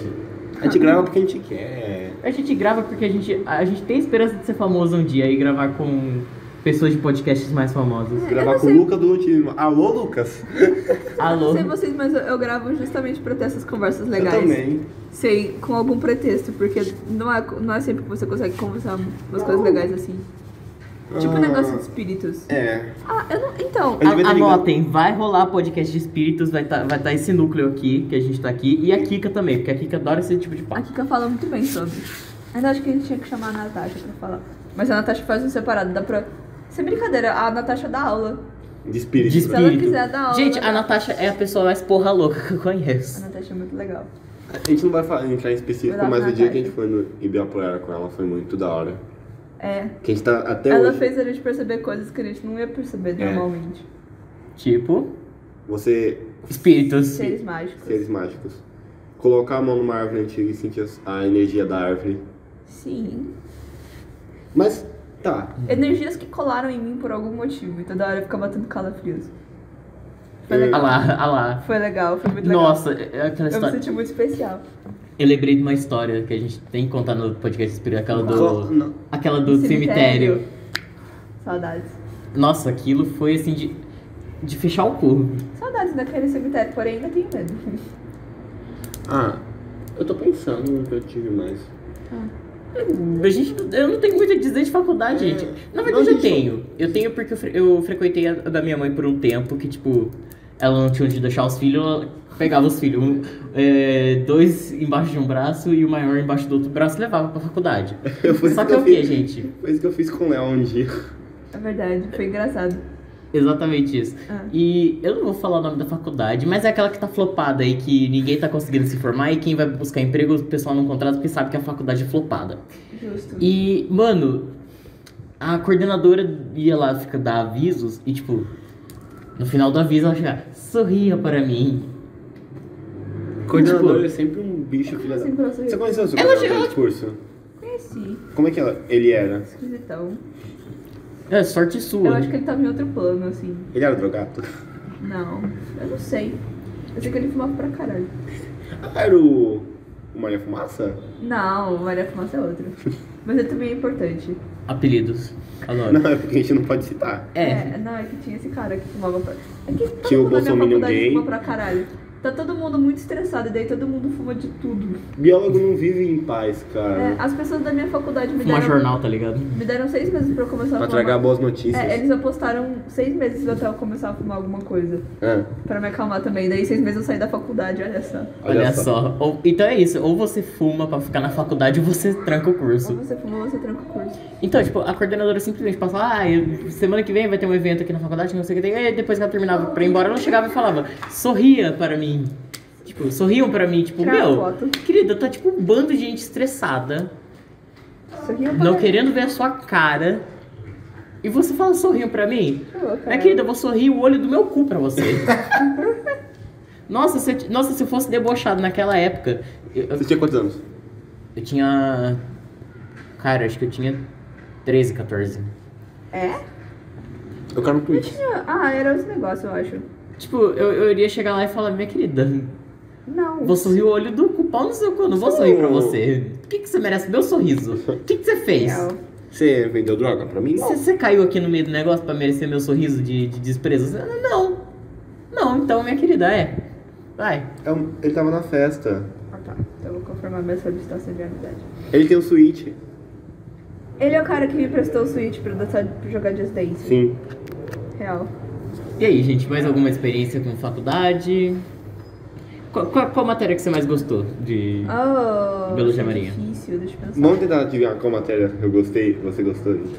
C: A gente grava porque a gente quer.
B: A gente grava porque a gente, a gente tem esperança de ser famoso um dia e gravar com pessoas de podcasts mais famosas.
C: Gravar com o Lucas do Ultima. Alô, Lucas?
A: É, Não
B: Alô?
A: sei vocês, mas eu, eu gravo justamente pra ter essas conversas legais.
C: Eu também.
A: Sei, com algum pretexto, porque não é, não é sempre que você consegue conversar umas coisas legais assim. Tipo o
C: Ah.
A: negócio de espíritos.
C: É.
A: Ah, eu não. Então,
C: Ele vai
B: A-
C: tá ligado.
B: Anotem, vai rolar podcast de espíritos, vai estar vai tá esse núcleo aqui, que a gente tá aqui, e a Kika também, porque a Kika adora esse tipo de
A: a
B: papo.
A: Kika fala muito bem sobre. Ainda acho que a gente tinha que chamar a Natasha pra falar. Mas a Natasha faz um separado, dá pra. Isso é brincadeira, a Natasha dá aula.
C: De espírito.
B: De
A: Se ela
B: espírito.
A: quiser dar aula.
B: Gente,
A: ela
B: a
A: dá.
B: Natasha é a pessoa mais porra louca que eu
A: A
B: conheço.
A: Natasha é muito legal.
C: A gente não vai falar- entrar em específico,
A: Vai lá
C: mas
A: pra
C: o dia que a
A: trás.
C: gente foi no Ibirapuera com ela foi muito da hora.
A: É.
C: Que a gente tá até
A: ela
C: hoje.
A: fez a gente perceber coisas que a gente não ia perceber
C: É.
A: normalmente.
B: Tipo,
C: Você,
B: espíritos.
A: Seres mágicos.
C: seres mágicos, colocar a mão numa árvore antiga e sentir as- a energia da árvore.
A: Sim.
C: Mas, tá.
A: Energias que colaram em mim por algum motivo. E toda hora eu ficava batendo calafrios. Foi
C: Hum.
A: legal.
B: Ah lá, ah lá.
A: Foi legal, foi muito legal.
B: Nossa, é aquela
A: Eu me
B: história.
A: senti muito especial.
B: Eu lembrei de uma história que a gente tem que contar no podcast espírito, aquela
C: Qual-
B: do.
C: não.
B: Aquela do cemitério.
A: Saudades.
B: Nossa, aquilo foi assim de, de fechar o cu.
A: Saudades daquele cemitério, porém ainda tenho medo.
C: Ah, eu tô pensando no que eu tive mais.
B: A gente, eu não tenho muito a dizer de faculdade,
C: É.
B: gente. Na
C: Não,
B: verdade, eu
C: gente,
B: tenho. Eu tenho porque eu, fre- eu frequentei a a da minha mãe por um tempo que, tipo, ela não tinha onde deixar os filhos, ela pegava os filhos, um, é, dois embaixo de um braço e o maior embaixo do outro braço e levava pra faculdade.
C: Foi isso
B: Só que
C: eu
B: é o quê,
C: fiz-
B: gente?
C: Foi isso que eu fiz com o Léo um dia.
A: É verdade, foi engraçado.
B: Exatamente isso.
A: Ah.
B: E eu não vou falar o nome da faculdade, mas é aquela que tá flopada aí, que ninguém tá conseguindo se formar e quem vai buscar emprego, o pessoal não contrata porque sabe que a faculdade é flopada.
A: Justo.
B: E, mano, a coordenadora ia lá fica, dar avisos e, tipo, no final do aviso ela chega, sorria para mim.
C: Coordenador
B: Tipo-
C: é sempre um bicho filha da...
A: Assim, pra você-
C: Você conheceu o seu
B: Ela
C: coordenador
B: chegou-
C: de curso?
A: Conheci.
C: Como é que ela- ele era?
A: Esquisitão.
B: É, sorte sua.
A: Eu acho que ele tava em outro plano, assim.
C: Ele era drogado?
A: Não, eu não sei. Eu sei que ele fumava pra caralho.
C: Ah, era o... o Maria Fumaça?
A: Não, Maria Fumaça é outro. Mas ele também é importante.
B: Apelidos. Adoro.
C: Não, é porque a gente não pode citar.
B: É.
A: Não, é que tinha esse cara que fumava pra. É que todo
C: Tinha o
A: mundo na minha
C: Bolsominion
A: faculdade
C: gay.
A: fuma pra caralho. Tá todo mundo muito estressado, e daí todo mundo fuma de tudo.
C: Biólogo não vive em paz,
A: É,
C: cara.
A: as pessoas da minha faculdade me
B: Fumar
A: deram,
B: jornal, tá ligado?
A: me deram seis meses pra eu começar
C: Pra
A: a fumar.
C: tragar boas notícias.
A: É, eles apostaram seis meses até eu começar a fumar alguma coisa.
C: Ah,
A: Pra me acalmar também. Daí seis meses eu saí da faculdade, olha só.
B: Olha, só. Ou- então é isso, ou você fuma pra ficar na faculdade ou você tranca o
A: Ou
B: curso.
A: você fuma ou você tranca o curso.
B: Então, tipo, a coordenadora simplesmente passava, ah, eu- semana que vem vai ter um evento aqui na faculdade, não sei o que tem. E depois que ela terminava pra ir embora, ela chegava e falava, sorria para mim. Tipo, sorriam para mim, tipo,
A: Tirar
B: meu,
A: foto.
B: querida, tá tipo um bando de gente estressada,
A: Isso aqui é pra
B: não querendo ver a sua cara. E você fala sorriam pra mim? É, querida, eu vou sorrir o olho do meu cu pra você. nossa, se eu, t- nossa, se eu fosse debochado naquela época, eu- eu
C: Você tinha quantos anos?
B: eu tinha. Cara, acho que eu tinha 13, 14.
A: É?
C: Eu quero um tweet.
A: Ah, era os negócios, eu acho.
B: Tipo, eu, eu iria chegar lá e falar, minha querida,
A: Não.
B: vou sorrir o olho do cu, pau no seu cu, eu não vou sorrir pra você. O que, que você merece? Meu sorriso. O que, que você fez?
A: Não.
C: Você vendeu droga pra mim?
B: Você, você caiu aqui no meio do negócio pra merecer meu sorriso de, de desprezo? Você- Não. Não, então, minha querida, é. Vai.
C: É um- Ele tava na festa.
A: Ah, tá. Então eu vou confirmar. chamada solicitação de amizade.
C: Ele tem um Switch.
A: Ele é o cara que me prestou o Switch pra, dançar, pra jogar Just Dance.
C: Sim.
A: Real.
B: E aí, gente, mais alguma experiência com faculdade? Qual, qual, qual matéria que você mais gostou de...
A: Oh,
B: Belo
A: que
B: Jamarinha.
A: difícil, deixa eu pensar.
C: Vamos tentar adivinhar qual matéria eu gostei, você gostou. gente?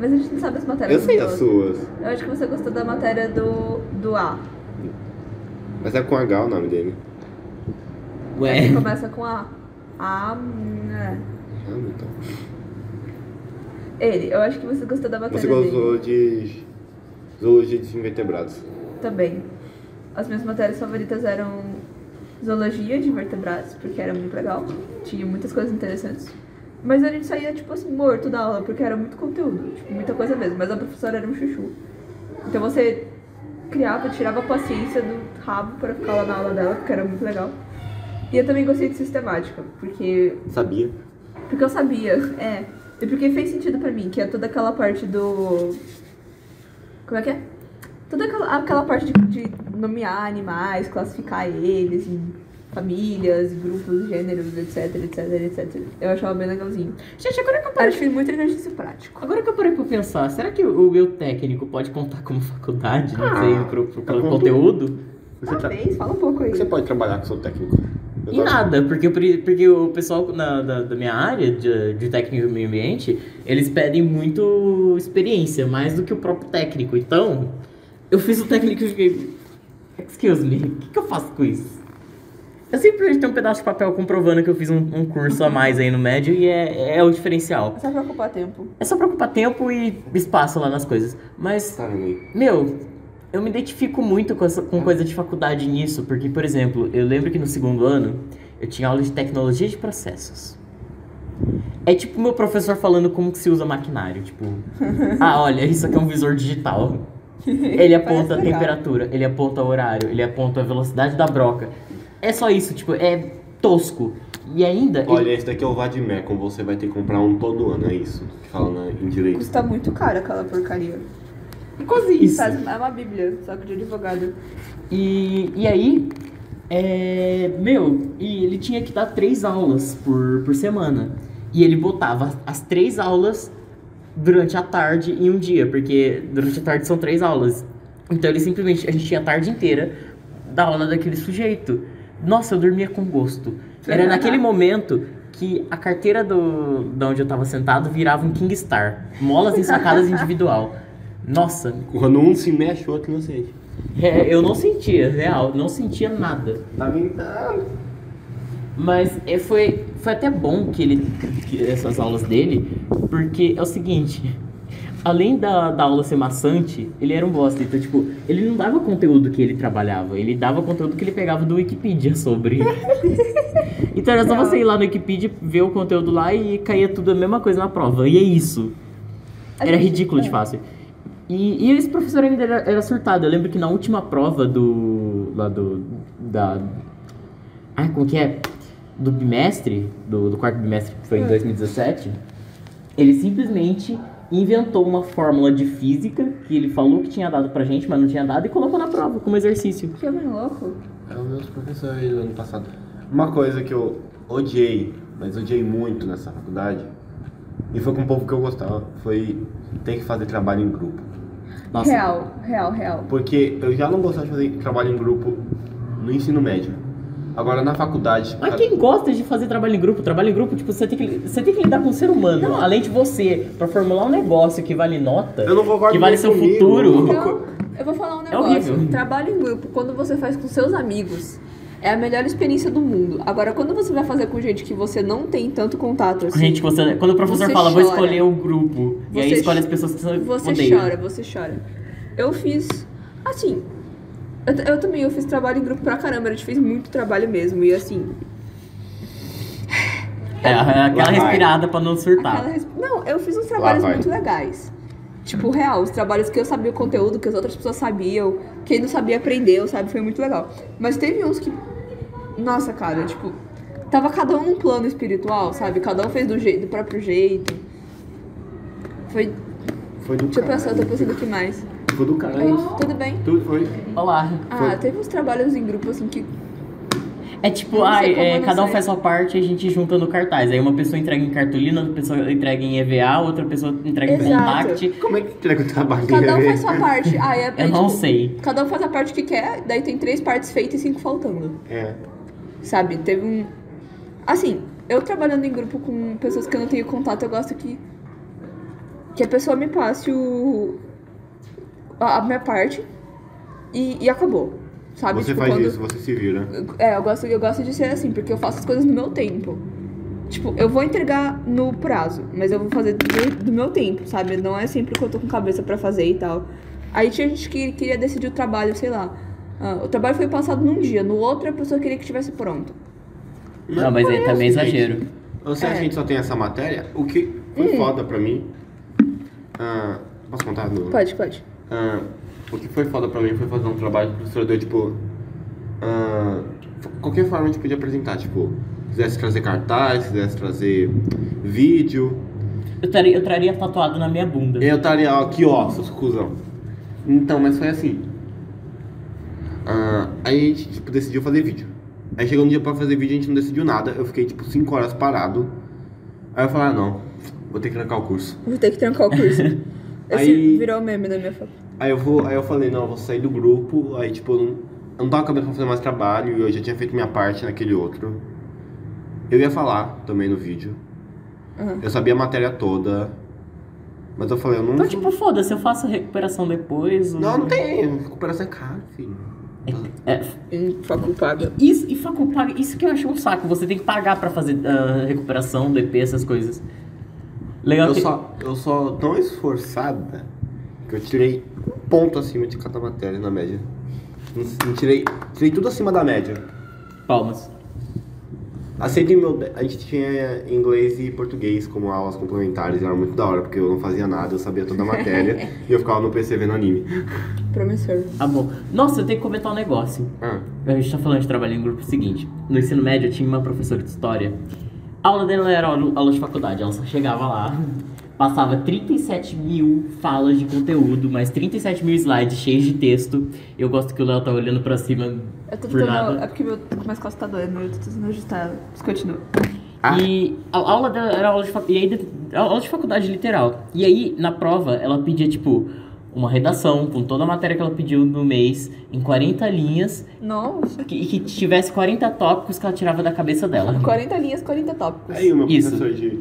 A: Mas a gente não sabe as matérias.
C: Eu sei
A: do
C: as
A: outro.
C: suas.
A: Eu acho que você gostou da matéria do, do A.
C: Mas é com H o nome dele.
B: Ué,
A: Que começa com A. A. né?
C: Ah, então.
A: Ele, eu acho que você gostou da matéria
C: Você
A: dele.
C: gostou de zoologia de invertebrados.
A: Também. As minhas matérias favoritas eram zoologia de vertebrados, porque era muito legal. Tinha muitas coisas interessantes. Mas a gente saía, tipo assim, morto da aula, porque era muito conteúdo, tipo, muita coisa mesmo. Mas a professora era um chuchu. Então você criava, tirava a paciência do rabo para ficar lá na aula dela, porque era muito legal. E eu também gostei de sistemática, porque
C: Sabia?
A: Tá porque eu sabia, é. E porque fez sentido pra mim, que é toda aquela parte do. Como é que é? Toda aquela, aquela parte de, de nomear animais, classificar eles em famílias, grupos, gêneros, etc, etc, etc. Eu achava bem legalzinho.
B: gente, agora que eu parei...
A: Achei muito exercício prático.
B: Agora que eu parei pra pensar, será que o meu técnico pode contar como faculdade? Não
C: Ah,
B: sei, pro, pro-
C: tá
B: pro
C: bom.
B: conteúdo?
C: Você, tá-
A: Talvez, fala um pouco aí.
C: você pode trabalhar com seu técnico. Eu
B: E
C: tava-
B: nada, porque, o pri- porque o pessoal na- da, da minha área de, de técnico do meio ambiente, eles pedem muito experiência, mais do que o próprio técnico. Então, eu fiz o técnico e fiquei. Excuse me, o que, que eu faço com isso? Eu simplesmente tenho um pedaço de papel comprovando que eu fiz um, um curso a mais aí no médio e é, é o diferencial.
A: Só pra ocupar tempo.
B: É só pra ocupar tempo e espaço lá nas coisas. Mas
C: Tá vendo aí?
B: meu, eu me identifico muito com, essa, com coisa de faculdade nisso, porque, por exemplo, eu lembro que no segundo ano eu tinha aula de tecnologia de processos. É tipo meu professor falando como que se usa maquinário, tipo, ah, olha, isso aqui é um visor digital. Ele aponta a
A: Parece legal.
B: temperatura, ele aponta o horário, ele aponta a velocidade da broca. É só isso, tipo, é tosco. E ainda,
C: Olha, esse daqui é o Vadimecum, você vai ter que comprar um todo ano, é isso. Que fala na- em direito.
A: Custa muito caro aquela porcaria.
B: é quase isso.
A: Faz, é uma bíblia, só que de advogado.
B: E, e aí, é, meu, e ele tinha que dar três aulas por, por semana. E ele botava as três aulas durante a tarde em um dia, porque durante a tarde são três aulas. Então ele simplesmente, a gente tinha a tarde inteira da aula daquele sujeito. Nossa, eu dormia com gosto. Era naquele momento que a carteira do, da onde eu tava sentado virava um King Star. Molas em sacadas individual. Nossa,
C: Quando um se mexe, o outro não sente.
B: é, eu não sentia, real, não sentia nada.
C: Tá vendo?
B: Mas é, foi, foi até bom que ele que essas aulas dele, porque é o seguinte, além da, da aula ser maçante, ele era um bosta. Então, tipo, ele não dava conteúdo que ele trabalhava, ele dava conteúdo que ele pegava do Wikipedia sobre. então era só você ir lá no Wikipedia, ver o conteúdo lá e caía tudo a mesma coisa na prova. E é isso.
A: A
B: Era
A: gente-
B: ridículo de
A: é.
B: fácil. E, e esse professor ainda era, era surtado. Eu lembro que na última prova do. lá do. da. Ah, como que é? Do bimestre, do, do quarto bimestre, que foi
A: É.
B: em 2017, ele simplesmente inventou uma fórmula de física que ele falou que tinha dado pra gente, mas não tinha dado, e colocou na prova como exercício.
A: Que homem um louco.
C: É os meus professores do ano passado. Uma coisa que eu odiei, mas odiei muito nessa faculdade, e foi com o povo que eu gostava, foi ter que fazer trabalho em grupo.
B: Nossa.
A: Real, real, real.
C: Porque eu já não gostava de fazer trabalho em grupo no ensino médio. Agora na faculdade.
B: Mas quem gosta de fazer trabalho em grupo? Trabalho em grupo, tipo, você tem que, você tem que lidar com um ser humano, além de você, pra formular um negócio que vale nota,
C: Eu não concordo
B: que vale
C: muito
B: seu
C: comigo.
B: futuro.
A: Então, eu vou falar um negócio.
B: É horrível.
A: Trabalho em grupo, quando você faz com seus amigos, é a melhor experiência do mundo. Agora, quando você vai fazer com gente que você não tem tanto contato assim,
B: Gente, você, quando o professor
A: Você
B: fala, vou
A: chora.
B: escolher o grupo, e aí
A: Você
B: escolhe as
A: cho-
B: pessoas que você
A: você
B: odeia.
A: chora, você chora. Eu fiz. Assim. Eu, t- eu também eu fiz trabalho em grupo pra caramba, a gente fez muito trabalho mesmo. E assim,
B: É, é aquela
C: Lá vai.
B: respirada pra não
A: Aquela
B: surtar.
A: resp- Não, eu fiz uns trabalhos
C: Tá. Lá vai.
A: muito legais. Tipo, real, os trabalhos que eu sabia o conteúdo, que as outras pessoas sabiam, quem não sabia aprendeu, sabe? Foi muito legal. Mas teve uns que. Nossa, cara, tipo, tava cada um num plano espiritual, sabe? Cada um fez do, jeito, do próprio jeito. Foi.
C: Foi do
A: Deixa eu
C: caralho.
A: pensar, eu tô pensando o que mais.
C: Foi do caralho.
A: Tudo bem?
C: Tudo foi.
B: Olá.
A: Ah,
C: É Foi.
A: teve uns trabalhos em grupo assim que.
B: É tipo,
A: Eu não sei
B: ai,
A: como
B: é,
A: não
B: cada um
A: sei.
B: faz sua parte e a gente junta no cartaz. Aí uma pessoa entrega em cartolina, outra pessoa entrega em EVA, outra pessoa entrega em
D: Exato.
B: contact.
C: Como é que entrega o trabalho?
A: Cada um faz sua parte. Ah, é, é
B: Eu não
A: tipo,
B: sei.
A: Cada um faz a parte que quer, daí tem três partes feitas e cinco faltando.
C: É.
A: Sabe? Teve um. Assim, eu trabalhando em grupo com pessoas que eu não tenho contato, eu gosto que. Que a pessoa me passe o. A, a minha parte e, e acabou. Sabe?
C: Você
A: Tipo,
C: faz
A: quando-
C: isso, você se vira.
A: É, eu gosto, eu gosto de ser assim, porque eu faço as coisas no meu tempo. Tipo, eu vou entregar no prazo, mas eu vou fazer do meu, do meu tempo, sabe? Não é sempre que eu tô com cabeça pra fazer e tal. Aí tinha gente que queria decidir o trabalho, sei lá. Ah, o trabalho foi passado num dia, no outro a pessoa queria que tivesse pronto.
B: Não, mas aí também é exagero.
C: Você
A: É.
C: acha que a gente só tem essa matéria? O que
A: Hum.
C: foi foda pra mim. Ah, posso contar no.
A: Pode, pode.
C: Ah, o que foi foda pra mim foi fazer um trabalho que o professor deu, tipo. ah, qualquer forma a gente podia apresentar, tipo, quisesse trazer cartaz, quisesse trazer vídeo.
B: Eu traria, eu traria tatuado na minha bunda.
C: Eu estaria ó, aqui, ó, seus cuzão. Então, mas foi assim. Ah, aí a gente tipo, decidiu fazer vídeo. Aí chegou um dia pra fazer vídeo a gente não decidiu nada. Eu fiquei tipo 5 horas parado. Aí eu falei, ah, não, vou ter que trancar o curso.
A: Vou ter que trancar o curso. Esse
C: Aí-
A: virou o meme da minha foto.
C: Aí eu, vou, aí eu falei, não, eu vou sair do grupo. Aí, tipo, eu não, eu não tava cabendo pra fazer mais trabalho. Eu já tinha feito minha parte naquele outro. Eu ia falar também no vídeo.
A: Uhum.
C: Eu sabia a matéria toda. Mas eu falei, eu não.
B: Então, tipo, né? foda-se, eu faço a recuperação depois. o-
C: Não, não tem. Recuperação é caro, filho.
B: É,
A: Em foco paga.
B: isso, e faculpa- isso que eu acho um saco. Você tem que pagar pra fazer ah, recuperação, DP, essas coisas. Legal
C: Eu
B: que...
C: só, eu sou tão esforçada que eu tirei um ponto acima de cada matéria na média. Não, não tirei, tirei tudo acima da média.
B: Palmas.
C: Aceitei meu. A gente tinha inglês e português como aulas complementares, era muito da hora, porque eu não fazia nada, eu sabia toda a matéria e eu ficava no PC vendo anime.
A: Promissor.
B: Ah, bom. Nossa, eu tenho que comentar um negócio.
C: Ah,
B: A gente tá falando de trabalho em grupo é o seguinte. No ensino médio eu tinha uma professora de história. A aula dela era aula aula de faculdade, ela só chegava lá, passava 37 mil falas de conteúdo, mais 37 mil slides cheios de texto. Eu gosto que o Léo tá olhando pra cima
A: Eu tô
B: por nada.
A: tentando. É porque meu, minhas costas tá doendo, eu tô tentando ajustar. tá, Mas continua.
C: Ah.
B: E a a aula dela era aula de, facu- e aí, de- a aula de faculdade literal. E aí, na prova, ela pedia, tipo, uma redação com toda a matéria que ela pediu no mês, em 40 linhas,
A: Nossa.
B: que- e que tivesse 40 tópicos que ela tirava da cabeça dela.
A: 40 linhas, 40 tópicos.
C: aí o meu
B: Isso.
C: professor de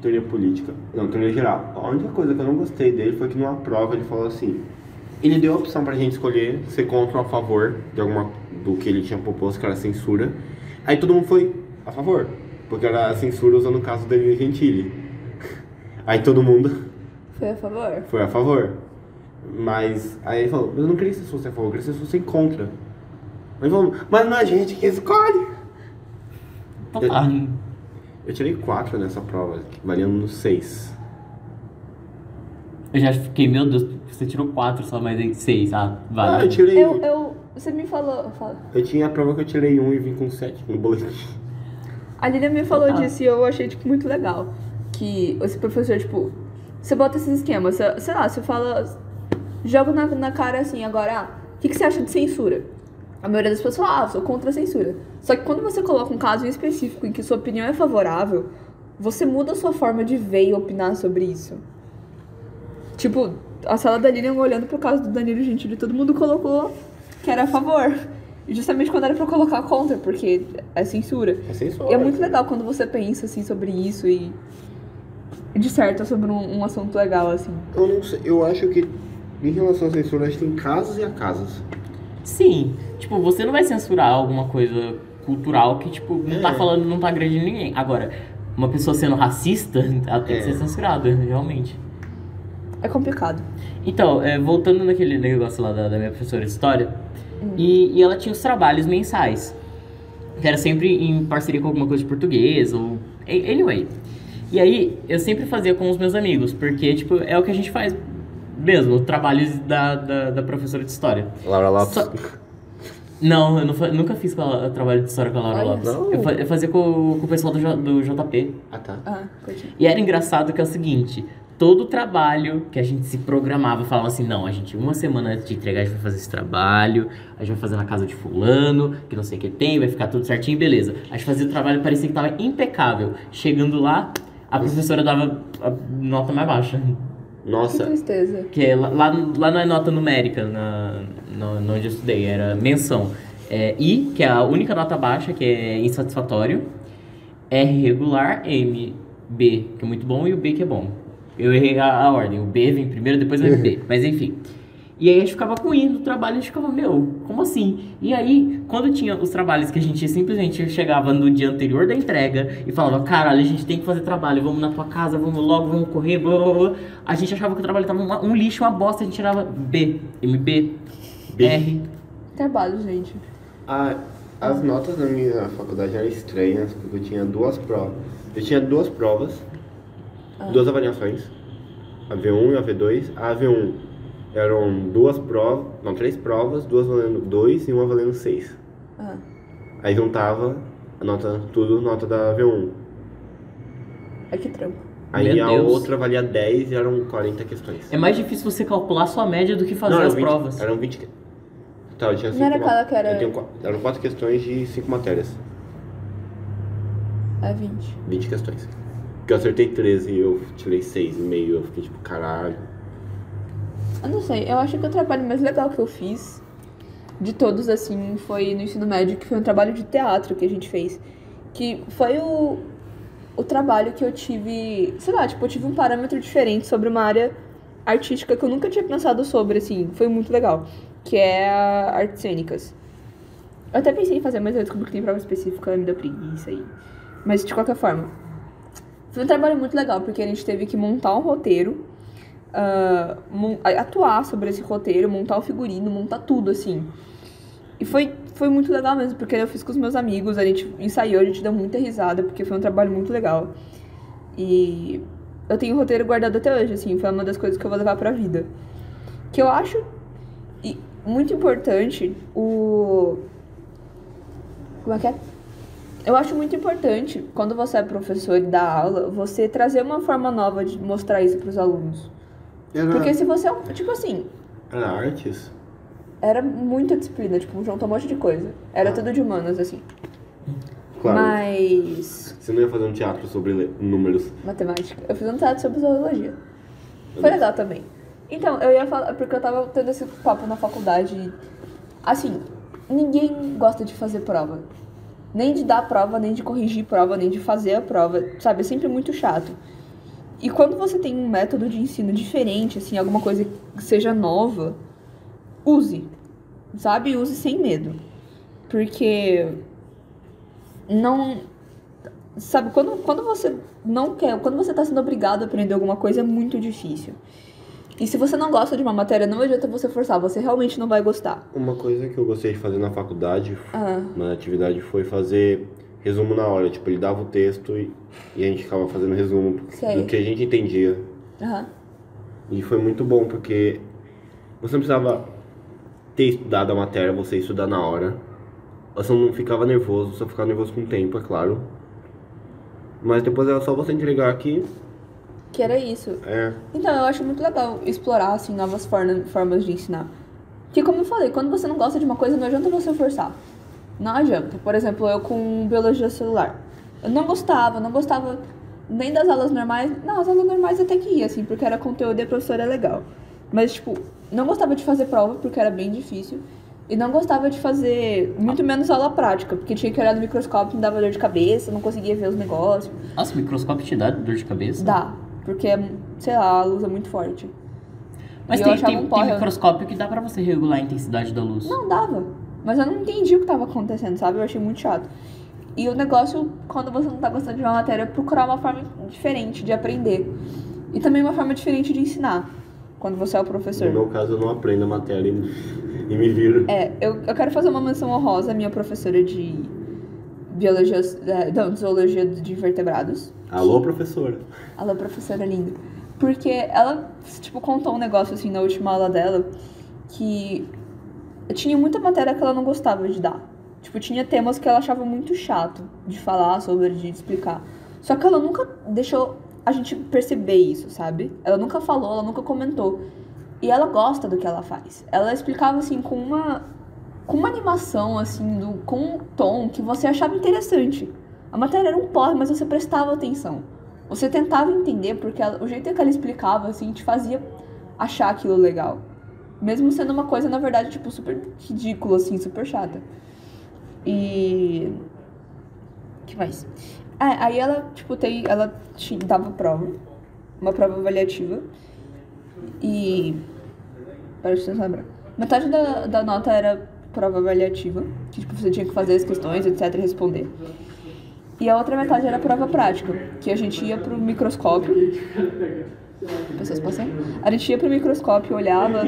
C: teoria política, não, teoria geral, a única coisa que eu não gostei dele foi que numa prova ele falou assim: ele deu a opção pra gente escolher ser contra ou a favor de alguma, do que ele tinha proposto, que era censura. Aí todo mundo foi a favor, porque era a censura usando o caso da Lina Gentili. Aí todo mundo.
A: Foi a favor?
C: foi a favor. Mas aí ele falou, eu não queria que vocês fossem a favor, eu queria que vocês fossem contra. Mas vamos, mas não é a gente que escolhe.
B: Então tá.
C: Eu tirei quatro nessa prova, valendo no seis.
B: Eu já fiquei, meu Deus, você tirou 4 só, mas em 6, ah,
C: Ah,
B: vai.
C: eu tirei.
A: Eu,
C: Eu,
A: eu. Você me falou. fala.
C: tinha a prova que eu tirei um e vim com sete no boletim.
A: A Lilian me falou
B: Total.
A: disso e eu achei, tipo, muito legal. Que esse professor, tipo, você bota esses esquemas, você- sei lá, você fala. Joga na, na cara assim, agora, ah, o que, que você acha de censura? A maioria das pessoas fala, ah, sou contra a censura. Só que quando você coloca um caso em específico em que sua opinião é favorável, você muda a sua forma de ver e opinar sobre isso. Tipo, a sala da Lilian olhando pro caso do Danilo Gentili, todo mundo colocou que era a favor. E justamente quando era pra colocar contra, porque é censura.
C: É censura.
A: E é muito legal quando você pensa assim sobre isso e disserta sobre um, um assunto legal assim.
C: Eu não sei, eu acho que em relação à censura, a gente tem casos e a casos.
B: Sim, tipo, você não vai censurar alguma coisa cultural que, tipo, não tá
C: É.
B: falando, não tá agredindo ninguém. Agora, uma pessoa sendo racista, ela tem
C: É.
B: que ser censurada, realmente.
A: É complicado.
B: Então, é, voltando naquele negócio lá da, da minha professora de história, e, e ela tinha os trabalhos mensais, que era sempre em parceria com alguma coisa de português, ou. a- Anyway. E aí, eu sempre fazia com os meus amigos, porque, tipo, é o que a gente faz mesmo, trabalhos da, da, da professora de história.
C: Laura Lopes.
B: Só- Não, eu não fa- nunca fiz com a- trabalho de história com a Laura
A: Olha
B: Lopes.
C: só.
B: Eu, fa- eu fazia com, o- com o pessoal do, J- do JP.
C: Ah tá.
A: Ah, continua.
B: E era engraçado que é o seguinte: todo o trabalho que a gente se programava, falava assim, não, a gente uma semana antes de entregar a gente vai fazer esse trabalho, a gente vai fazer na casa de fulano, que não sei o que tem, vai ficar tudo certinho, beleza. A gente fazia o trabalho, parecia que tava impecável. Chegando lá, a professora dava a nota mais baixa.
A: Que
C: Nossa,
A: tristeza.
B: Que é lá, lá, lá não é nota numérica, na, no, no onde eu estudei, era menção. É, I, que é a única nota baixa, que é insatisfatório. R regular, M, B, que é muito bom, e o B que é bom. Eu errei a, a ordem, o B vem primeiro, depois o B, mas enfim. E aí a gente ficava com I no trabalho, a gente ficava, meu, como assim? E aí, quando tinha os trabalhos que a gente simplesmente chegava no dia anterior da entrega e falava, caralho, a gente tem que fazer trabalho, vamos na tua casa, vamos logo, vamos correr, blá blá blá. A gente achava que o trabalho tava uma- um lixo, uma bosta, a gente tirava B, MB,
C: B.
B: R.
A: Trabalho, gente.
C: a- as notas na minha faculdade eram estranhas, porque eu tinha duas provas. Eu tinha duas provas,
A: Ah.
C: duas avaliações, a V1 e a V2. A V1 eram duas provas, não, três provas, duas valendo 2 e uma valendo 6.
A: Ah.
C: Aí juntava a nota, tudo nota da V1.
A: Ai, é que trampo.
C: Aí
B: Meu
C: a
B: Deus.
C: outra valia 10 e eram 40 questões.
B: É mais difícil você calcular sua média do que fazer
C: Não, eram
B: as
C: 20
B: provas.
C: Eram 20. que- Tá, eu tinha
A: Não
C: cinco
A: era
C: ma-
A: aquela que era-
C: eu tenho qua- eram quatro questões de cinco matérias.
A: A 20.
C: 20 questões. Que eu acertei 13 e eu tirei 6,5. Eu fiquei tipo, caralho.
A: Eu não sei, eu acho que o trabalho mais legal que eu fiz, de todos assim, foi no ensino médio, que foi um trabalho de teatro que a gente fez. Que foi o, o trabalho que eu tive, sei lá, tipo, eu tive um parâmetro diferente sobre uma área artística que eu nunca tinha pensado sobre, assim, foi muito legal. Que é a artes cênicas. Eu até pensei em fazer, mas eu descobri que tem prova específica, me deu preguiça aí. Mas de qualquer forma, foi um trabalho muito legal, porque a gente teve que montar um roteiro, ah, mon- a- atuar sobre esse roteiro, montar o figurino, montar tudo, assim. E foi, foi muito legal mesmo, porque eu fiz com os meus amigos, a gente ensaiou, a gente deu muita risada, porque foi um trabalho muito legal. E eu tenho o roteiro guardado até hoje, assim, foi uma das coisas que eu vou levar pra vida. Que eu acho e- muito importante o. Como é que é? Eu acho muito importante, quando você é professor e dá aula, você trazer uma forma nova de mostrar isso pros alunos.
C: Era,
A: Porque se você é um. Tipo assim,
C: era artes?
A: era muita disciplina, tipo, juntou um monte de coisa. Era tudo de humanas, assim.
C: Claro.
A: Mas.
C: Você não ia fazer um teatro sobre le- números.
A: Matemática. Eu fiz um teatro sobre zoologia. Foi legal também. Então, eu ia falar, porque eu tava tendo esse papo na faculdade. Assim, ninguém gosta de fazer prova. Nem de dar prova, nem de corrigir prova, nem de fazer a prova. Sabe, é sempre muito chato. E quando você tem um método de ensino diferente, assim, alguma coisa que seja nova, use. Sabe? Use sem medo. Porque não sabe quando, quando você não quer quando você está sendo obrigado a aprender alguma coisa é muito difícil e se você não gosta de uma matéria não adianta você forçar você realmente não vai gostar
C: Uma coisa que eu gostei de fazer na faculdade,
A: ah,
C: na atividade, foi fazer resumo na hora. Tipo, ele dava o texto e, e a gente ficava fazendo resumo
A: Sei.
C: do que a gente entendia.
A: aham.
C: E foi muito bom, porque você não precisava ter estudado a matéria, você ia estudar na hora. Você não ficava nervoso, só ficava nervoso com o tempo, é claro. Mas depois era só você entregar aqui.
A: que era isso
C: É.
A: então eu acho muito legal explorar assim novas forna- formas de ensinar que como eu falei quando você não gosta de uma coisa não adianta você forçar não adianta por exemplo eu com biologia celular eu não gostava não gostava nem das aulas normais não as aulas normais até que ia assim porque era conteúdo e a professora é legal Mas, tipo, não gostava de fazer prova porque era bem difícil. E não gostava de fazer muito menos aula prática, porque tinha que olhar no microscópio, me dava dor de cabeça, não conseguia ver os negócios.
B: Nossa, o microscópio te dá dor de cabeça?
A: Dá, porque, sei lá, a luz é muito forte.
B: Mas
A: E eu
B: tem,
A: achava
B: tem,
A: um
B: tem
A: porra.
B: microscópio que dá pra você regular a intensidade da luz.
A: Não dava, mas eu não entendi o que tava acontecendo, sabe? Eu achei muito chato. E o negócio, quando você não tá gostando de uma matéria, é procurar uma forma diferente de aprender. E também uma forma diferente de ensinar, quando você é o professor.
C: No meu caso, eu não aprendo a matéria e, e me viro.
A: É, eu, eu quero fazer uma menção honrosa à minha professora de biologia, eh, não, de zoologia de invertebrados.
C: Alô, professora.
A: Ela é professora linda. Porque ela, tipo, contou um negócio, assim, na última aula dela, que tinha muita matéria que ela não gostava de dar. Tipo, tinha temas que ela achava muito chato de falar sobre, de explicar. Só que ela nunca deixou a gente perceber isso, sabe? Ela nunca falou, ela nunca comentou. E ela gosta do que ela faz. Ela explicava assim com uma com uma animação assim, do com um tom que você achava interessante. A matéria era um porre, mas você prestava atenção. Você tentava entender porque ela- o jeito que ela explicava assim te fazia achar aquilo legal. Mesmo sendo uma coisa na verdade tipo super ridícula assim, super chata. E que mais? Ah, aí ela, tipo, tem. Ela te dava prova. Uma prova avaliativa. E. Para de lembrar. Metade da, da nota era prova avaliativa. Que tipo, você tinha que fazer as questões, etc. e responder. E a outra metade era prova prática, que a gente ia pro microscópio. Pessoas passando? A gente ia pro microscópio, olhava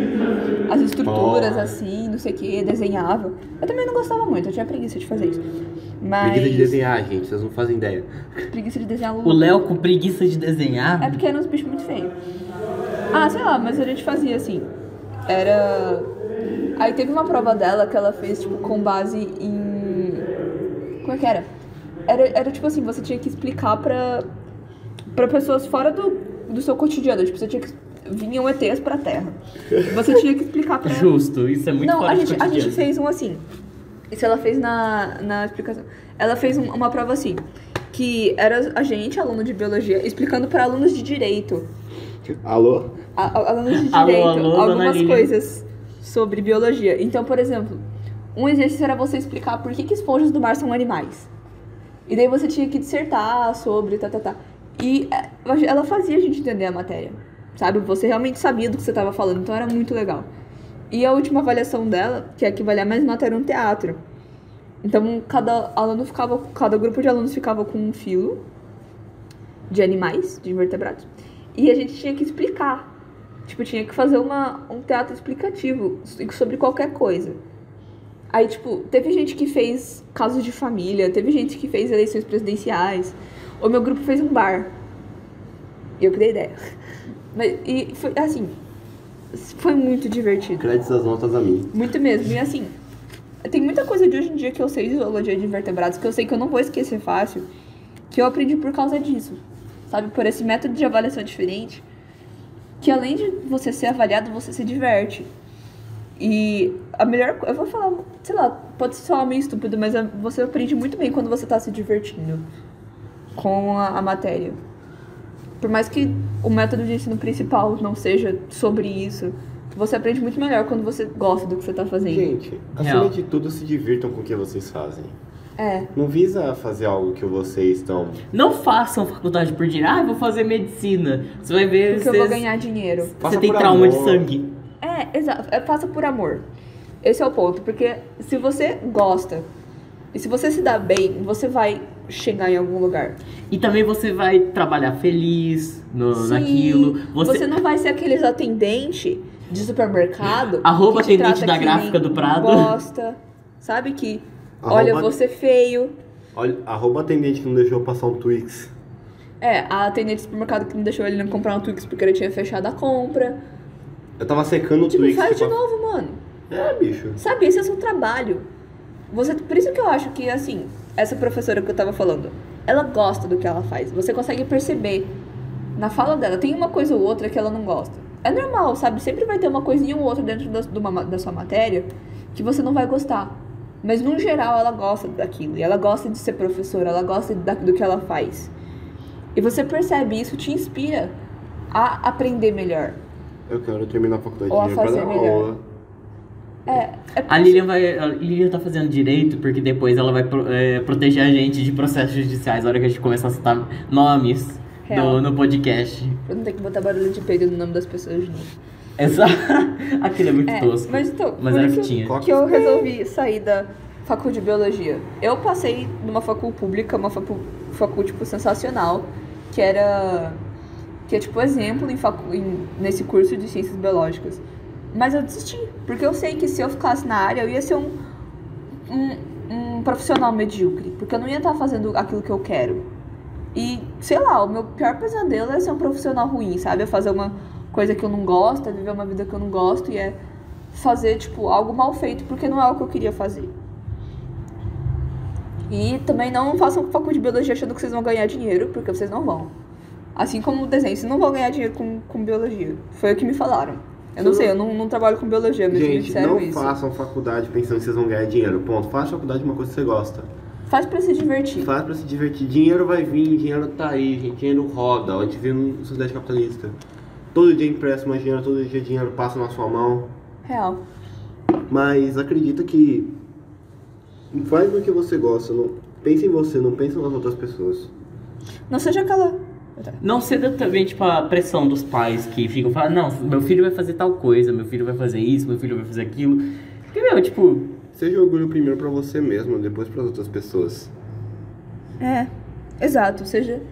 A: as estruturas,
C: Porra.
A: assim, não sei o que, desenhava. Eu também não gostava muito, eu tinha preguiça de fazer isso. Mas.
C: Preguiça de desenhar, gente, vocês não fazem ideia.
A: Preguiça de desenhar
B: O
A: lua.
B: Léo com preguiça de desenhar.
A: É porque eram uns bichos muito feios. Ah, sei lá, mas a gente fazia assim. Era. Aí teve uma prova dela que ela fez, tipo, com base em. Como é que era? Era, era tipo assim, você tinha que explicar pra, pra pessoas fora do, do seu cotidiano. Tipo, você tinha que. Vinham ETs pra Terra. Você tinha que explicar pra
B: Justo, isso é muito
A: não,
B: fora
A: a
B: de
A: gente, a
B: cotidiano.
A: gente fez um assim. Isso ela fez na, na explicação. Ela fez um- uma prova assim, que era a gente, aluno de biologia, explicando para alunos de direito.
C: Alô?
A: A- a- alunos de
B: Alô,
A: direito,
B: alô, dona
A: algumas
B: Lilian.
A: coisas sobre biologia. Então, por exemplo, um exercício era você explicar por que, que esponjas do mar são animais. E daí você tinha que dissertar sobre, tá, tá, tá. E é, ela fazia a gente entender a matéria, sabe? Você realmente sabia do que você estava falando, então era muito legal. E a última avaliação dela, que é a que valia mais nota, era um teatro. Então, cada aluno ficava, cada grupo de alunos ficava com um filo de animais, de invertebrados. E a gente tinha que explicar. Tipo, tinha que fazer uma, um teatro explicativo so- sobre qualquer coisa. Aí, tipo, teve gente que fez casos de família, teve gente que fez eleições presidenciais. O meu grupo fez um bar. E eu que dei ideia. Mas, e foi, assim, foi muito divertido.
C: Créditos das notas a mim.
A: Muito mesmo. E assim, tem muita coisa de hoje em dia que eu sei de zoologia de invertebrados que eu sei que eu não vou esquecer fácil, que eu aprendi por causa disso. Sabe? Por esse método de avaliação diferente, que além de você ser avaliado, você se diverte. E a melhor co- eu vou falar, sei lá, pode ser meio estúpido, mas a- você aprende muito bem quando você tá se divertindo com a, a matéria. Por mais que o método de ensino principal não seja sobre isso, você aprende muito melhor quando você gosta do que você tá fazendo.
C: Gente, acima
B: Real.
C: de tudo, se divirtam com o que vocês fazem.
A: É.
C: Não visa fazer algo que vocês estão.
B: Não façam faculdade por dinheiro. Ah, eu vou fazer medicina. Você vai ver.
A: Porque
B: vocês-
A: eu vou ganhar dinheiro.
B: Você
C: Faça
B: tem
C: por
B: trauma de
C: amor.
B: sangue.
A: É, exato. É, faça por amor. Esse é o ponto. Porque se você gosta e se você se dá bem, você vai chegar em algum lugar.
B: E também você vai trabalhar feliz no,
A: Sim,
B: naquilo. Você,
A: Você não vai ser aqueles atendente de supermercado.
B: Arroba
A: que te
B: atendente
A: trata
B: da
A: que
B: gráfica
A: nem
B: do Prado.
A: Bosta. Sabe que. Olha,
C: Arroba-
A: você feio.
C: Olha, arroba atendente que não deixou eu passar um Twix.
A: É, a atendente do supermercado que não deixou ele não comprar um Twix porque ele tinha fechado a compra.
C: Eu tava secando
B: Um
C: o
A: Tipo,
C: Twix.
A: faz de
C: tipo,
A: novo, mano.
C: É, bicho.
A: Sabe, esse é o seu trabalho. Você, por isso que eu acho que, assim, essa professora que eu tava falando, ela gosta do que ela faz. Você consegue perceber na fala dela. Tem uma coisa ou outra que ela não gosta. É normal, sabe? Sempre vai ter uma coisinha ou outra dentro da, de uma ma- da sua matéria que você não vai gostar. Mas, no geral, ela gosta daquilo. E ela gosta de ser professora, ela gosta da- do que ela faz. E você percebe isso, te inspira a aprender melhor.
C: Eu quero terminar a faculdade
A: Ou a
C: de dinheiro
A: fazer
C: pra dar
A: melhor.
C: aula.
A: É, é
B: A Lilian, vai, a Lilian tá fazendo direito porque depois ela vai pro- é, proteger a gente de processos judiciais na hora que a gente começar a citar nomes
A: Real.
B: no, no podcast.
A: Eu não tenho que botar barulho de peido no nome das pessoas de novo.
B: Essa... Aquilo é muito
A: É,
B: tosco.
A: mas então,
B: Mas
A: por
B: era o
A: isso-
B: que tinha.
C: Coca-
A: que eu resolvi sair da facul de biologia. Eu passei numa facul pública, uma facul, facul tipo, sensacional, que era que é tipo exemplo em facu, em- nesse curso de ciências biológicas. Mas eu desisti, porque eu sei que se eu ficasse na área, eu ia ser um, um, um profissional medíocre, porque eu não ia estar fazendo aquilo que eu quero. E, sei lá, o meu pior pesadelo é ser um profissional ruim, sabe? É fazer uma coisa que eu não gosto, é viver uma vida que eu não gosto e é fazer, tipo, algo mal feito porque não é o que eu queria fazer. um E também não façam faculdade de biologia achando que vocês vão ganhar dinheiro, porque vocês não vão. Assim como o desenho, você não vai ganhar dinheiro com, com biologia. Foi o que me falaram. Eu não sei, eu não, não trabalho com biologia, mas me
C: Gente,
A: disseram
C: não
A: isso.
C: façam faculdade pensando que vocês vão ganhar dinheiro. Ponto. Faça faculdade de uma coisa que você gosta.
A: Faz pra se divertir.
C: Faz pra se divertir. Dinheiro vai vir, dinheiro tá aí, gente. Dinheiro roda. A gente vive numa sociedade capitalista. Todo dia é impresso mais dinheiro, todo dia dinheiro passa na sua mão.
A: Real.
C: Mas acredita que faz o que você gosta. Não... Pense em você, não pense nas outras pessoas.
A: Não seja aquela.
B: Não ceda também, tipo, a pressão dos pais que ficam falando, não, meu filho vai fazer tal coisa, meu filho vai fazer isso, meu filho vai fazer aquilo. Porque, meu, tipo,
C: Seja orgulho primeiro pra você mesmo, depois pras outras pessoas.
A: É. Exato, seja,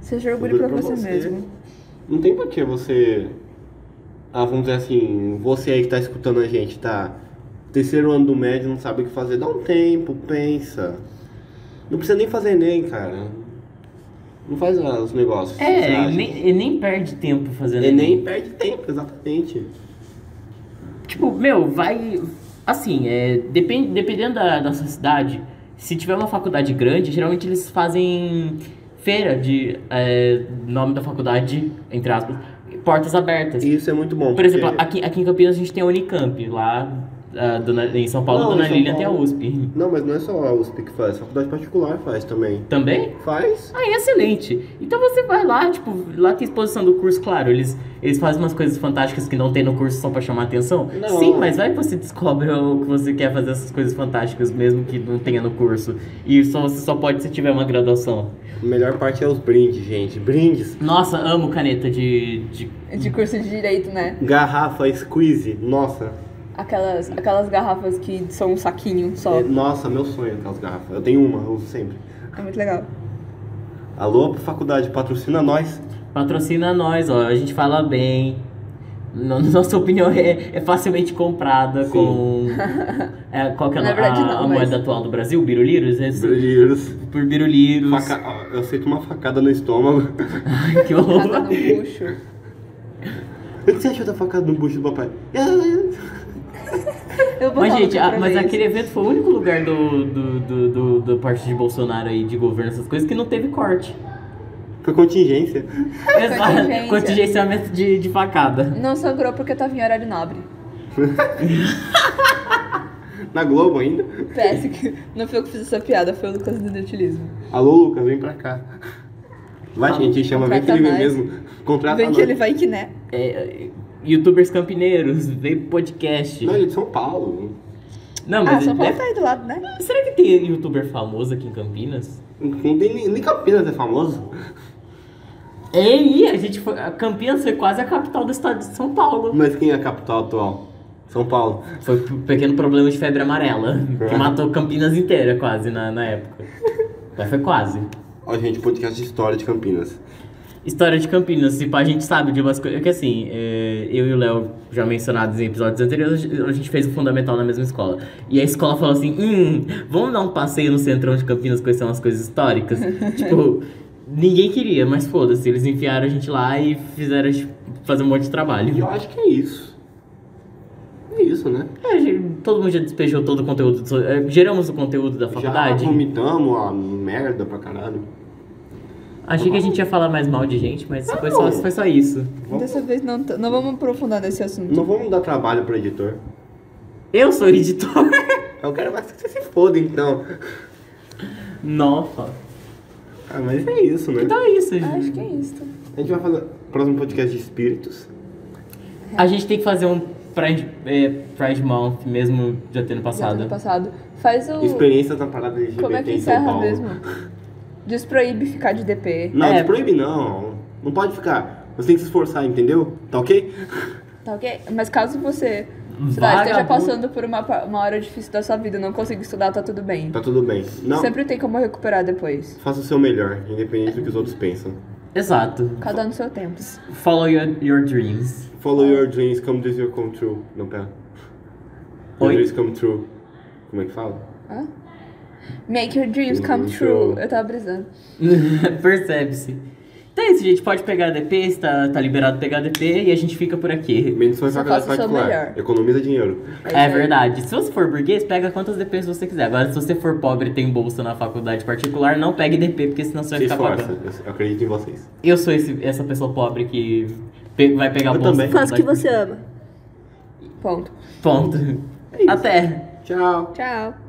A: seja orgulho pra você, mesmo.
C: Não tem por que você. Ah, vamos dizer assim, você aí que tá escutando a gente, tá? Terceiro ano do médio, não sabe o que fazer. Dá um tempo, pensa. Não precisa nem fazer Enem, cara. Não faz ah, os negócios. você
B: é,
C: acha?
B: e nem, e nem perde tempo fazendo
C: Enem perde tempo, exatamente.
B: Tipo, meu, vai. Assim, é, depen- dependendo da, da sua cidade, se tiver uma faculdade grande, geralmente eles fazem feira de é, nome da faculdade, entre aspas, portas abertas.
C: E isso é muito bom.
B: Por exemplo,
C: porque-
B: aqui, aqui em Campinas a gente tem a Unicamp, lá a dona- em São Paulo,
C: Não, em
B: Dona
C: São
B: Lilian tem a
C: Paulo.
B: USP.
C: Não, mas não é só a USP que faz, faculdade particular faz também.
B: Também?
C: Faz?
B: Ah, excelente. Então você vai lá, tipo, lá tem exposição do curso, claro, eles, eles fazem umas coisas fantásticas que não tem no curso só pra chamar atenção.
C: Não.
B: Sim, mas vai que você descobre o que você quer fazer essas coisas fantásticas, mesmo que não tenha no curso. E só, você só pode se tiver uma graduação.
C: A melhor parte é os brindes, gente. Brindes.
B: Nossa, amo caneta de. de...
A: De curso de direito, né?
C: Garrafa squeeze. Nossa.
A: Aquelas, aquelas garrafas que são um saquinho só.
C: É, Nossa, meu sonho aquelas garrafas. Eu tenho uma, eu uso sempre.
A: É muito legal.
C: Alô, faculdade, patrocina nós.
B: Patrocina nós, ó. A gente fala bem. No- Nossa opinião é, é facilmente comprada
C: Sim.
B: com. É, qual que é
A: Na
B: a,
A: verdade,
B: a-
A: não,
B: a
A: mas-
B: moeda atual do Brasil? Biruliros? É,
C: Brilheiros.
B: por biruliros.
C: Faca- ó, Eu aceito uma facada no estômago.
B: Ai, que
A: Cada
B: horror.
A: no bucho.
C: O que você achou da facada no bucho do papai? Ah,
A: Eu vou
B: Mas,
A: dar um
B: gente,
A: outra
B: a- mas
A: vez.
B: aquele evento foi o único lugar do, do, do, do- da parte de Bolsonaro aí, de governo, essas coisas, que não teve corte.
C: Foi contingência.
A: Contingência.
B: Exato. Contingenciamento de, de facada.
A: Não sangrou porque tava em horário nobre.
C: Na Globo ainda.
A: Parece que não foi eu que fiz essa piada, foi o Lucas do Inutilismo.
C: Alô, Lucas, vem pra cá. Vai,
B: Ah,
C: gente, chama, vem que ele
A: Tá contrata
C: vem
A: nós.
C: mesmo. Contrata
A: Vem que
C: nós.
A: ele vai que né.
B: É, youtubers campineiros, veio podcast.
C: Não, ele é de São Paulo.
B: Não,
A: Ah,
B: mas
A: São
B: ele
A: Paulo
B: é- deve-
A: tá aí do lado, né?
B: será que tem youtuber famoso aqui em Campinas?
C: Não tem nem, nem Campinas é famoso.
B: É, e a gente foi. A Campinas foi quase a capital do estado de São Paulo.
C: Mas quem é a capital atual? São Paulo.
B: Foi um pequeno problema de febre amarela, que
C: É.
B: matou Campinas inteira quase na, na época. Mas foi quase.
C: Ó, gente, podcast de história de Campinas.
B: História de Campinas, tipo, a gente sabe de umas coisas. Que assim, é, eu e o Léo, já mencionados em episódios anteriores, a gente fez o fundamental na mesma escola. E a escola falou assim: hum, vamos dar um passeio no centrão de Campinas, quais são as coisas históricas? tipo, ninguém queria, mas foda-se, eles enfiaram a gente lá e fizeram a gente fazer um monte de
C: E eu
B: trabalho.
C: acho que é isso. É isso, né?
B: É, a gente- todo mundo já despejou todo o conteúdo, do- é, geramos o conteúdo da faculdade.
C: Já vomitamos a merda pra caralho.
B: Achei que a gente ia falar mais mal de gente, mas foi, só, foi só isso.
A: Dessa vez não, t- não vamos aprofundar nesse assunto.
C: Não vamos dar trabalho pro editor.
B: Eu sou editor.
C: Eu quero mais que você se foda, então.
B: Nossa.
C: Ah, mas é isso, né?
B: Então é isso, gente.
A: Acho que é isso.
C: A gente vai fazer o próximo podcast de espíritos.
B: A gente tem que fazer um Pride, é, Pride Month mesmo já tendo
A: Já
B: passado.
A: tudo passado. Faz o.
C: Experiências na parada LGBT
A: Uh, Como é que
C: em São
A: encerra
C: Paulo.
A: mesmo? Desproíbe ficar de DP.
C: Não,
B: É.
C: desproíbe não. Não pode ficar. Você tem que se esforçar, entendeu? Tá ok?
A: Tá ok? Mas caso você sei lá, esteja
B: Vagabundo.
A: passando por uma, pa- uma hora difícil da sua vida, não consiga estudar, tá tudo bem.
C: Tá tudo bem. Não,
A: Sempre tem como recuperar depois.
C: faça o seu melhor, independente do que os outros pensam.
B: Exato.
A: Cada um no seu tempo.
B: Follow your, your dreams.
C: Follow your dreams, come this will come true. Não, pera. Your
B: Oi?
C: dreams come true. Como é que fala?
A: Hã? Make your dreams come
C: Muito.
A: true. Eu tava brisando.
B: Percebe-se. Então é isso, gente. Pode pegar ADP, está tá liberado pegar ADP e a gente fica por aqui.
C: Menos sua
A: Só
C: faculdade
A: faça o seu
C: particular.
A: melhor.
C: Economiza dinheiro.
B: É verdade. Se você for burguês, pega quantas DPs você quiser. Agora, se você for pobre e tem bolsa na faculdade particular, não pegue DP, porque senão você vai
C: Se
B: ficar
C: esforça.
B: pagando.
C: Eu eu acredito em vocês.
B: Eu sou esse- essa pessoa pobre que pe- vai pegar
C: Eu
B: bolsa.
C: também.
B: na
D: Faça o que
B: faculdade
D: você ama.
A: Ponto.
C: É
B: Ponto. Até.
C: Tchau.
A: Tchau.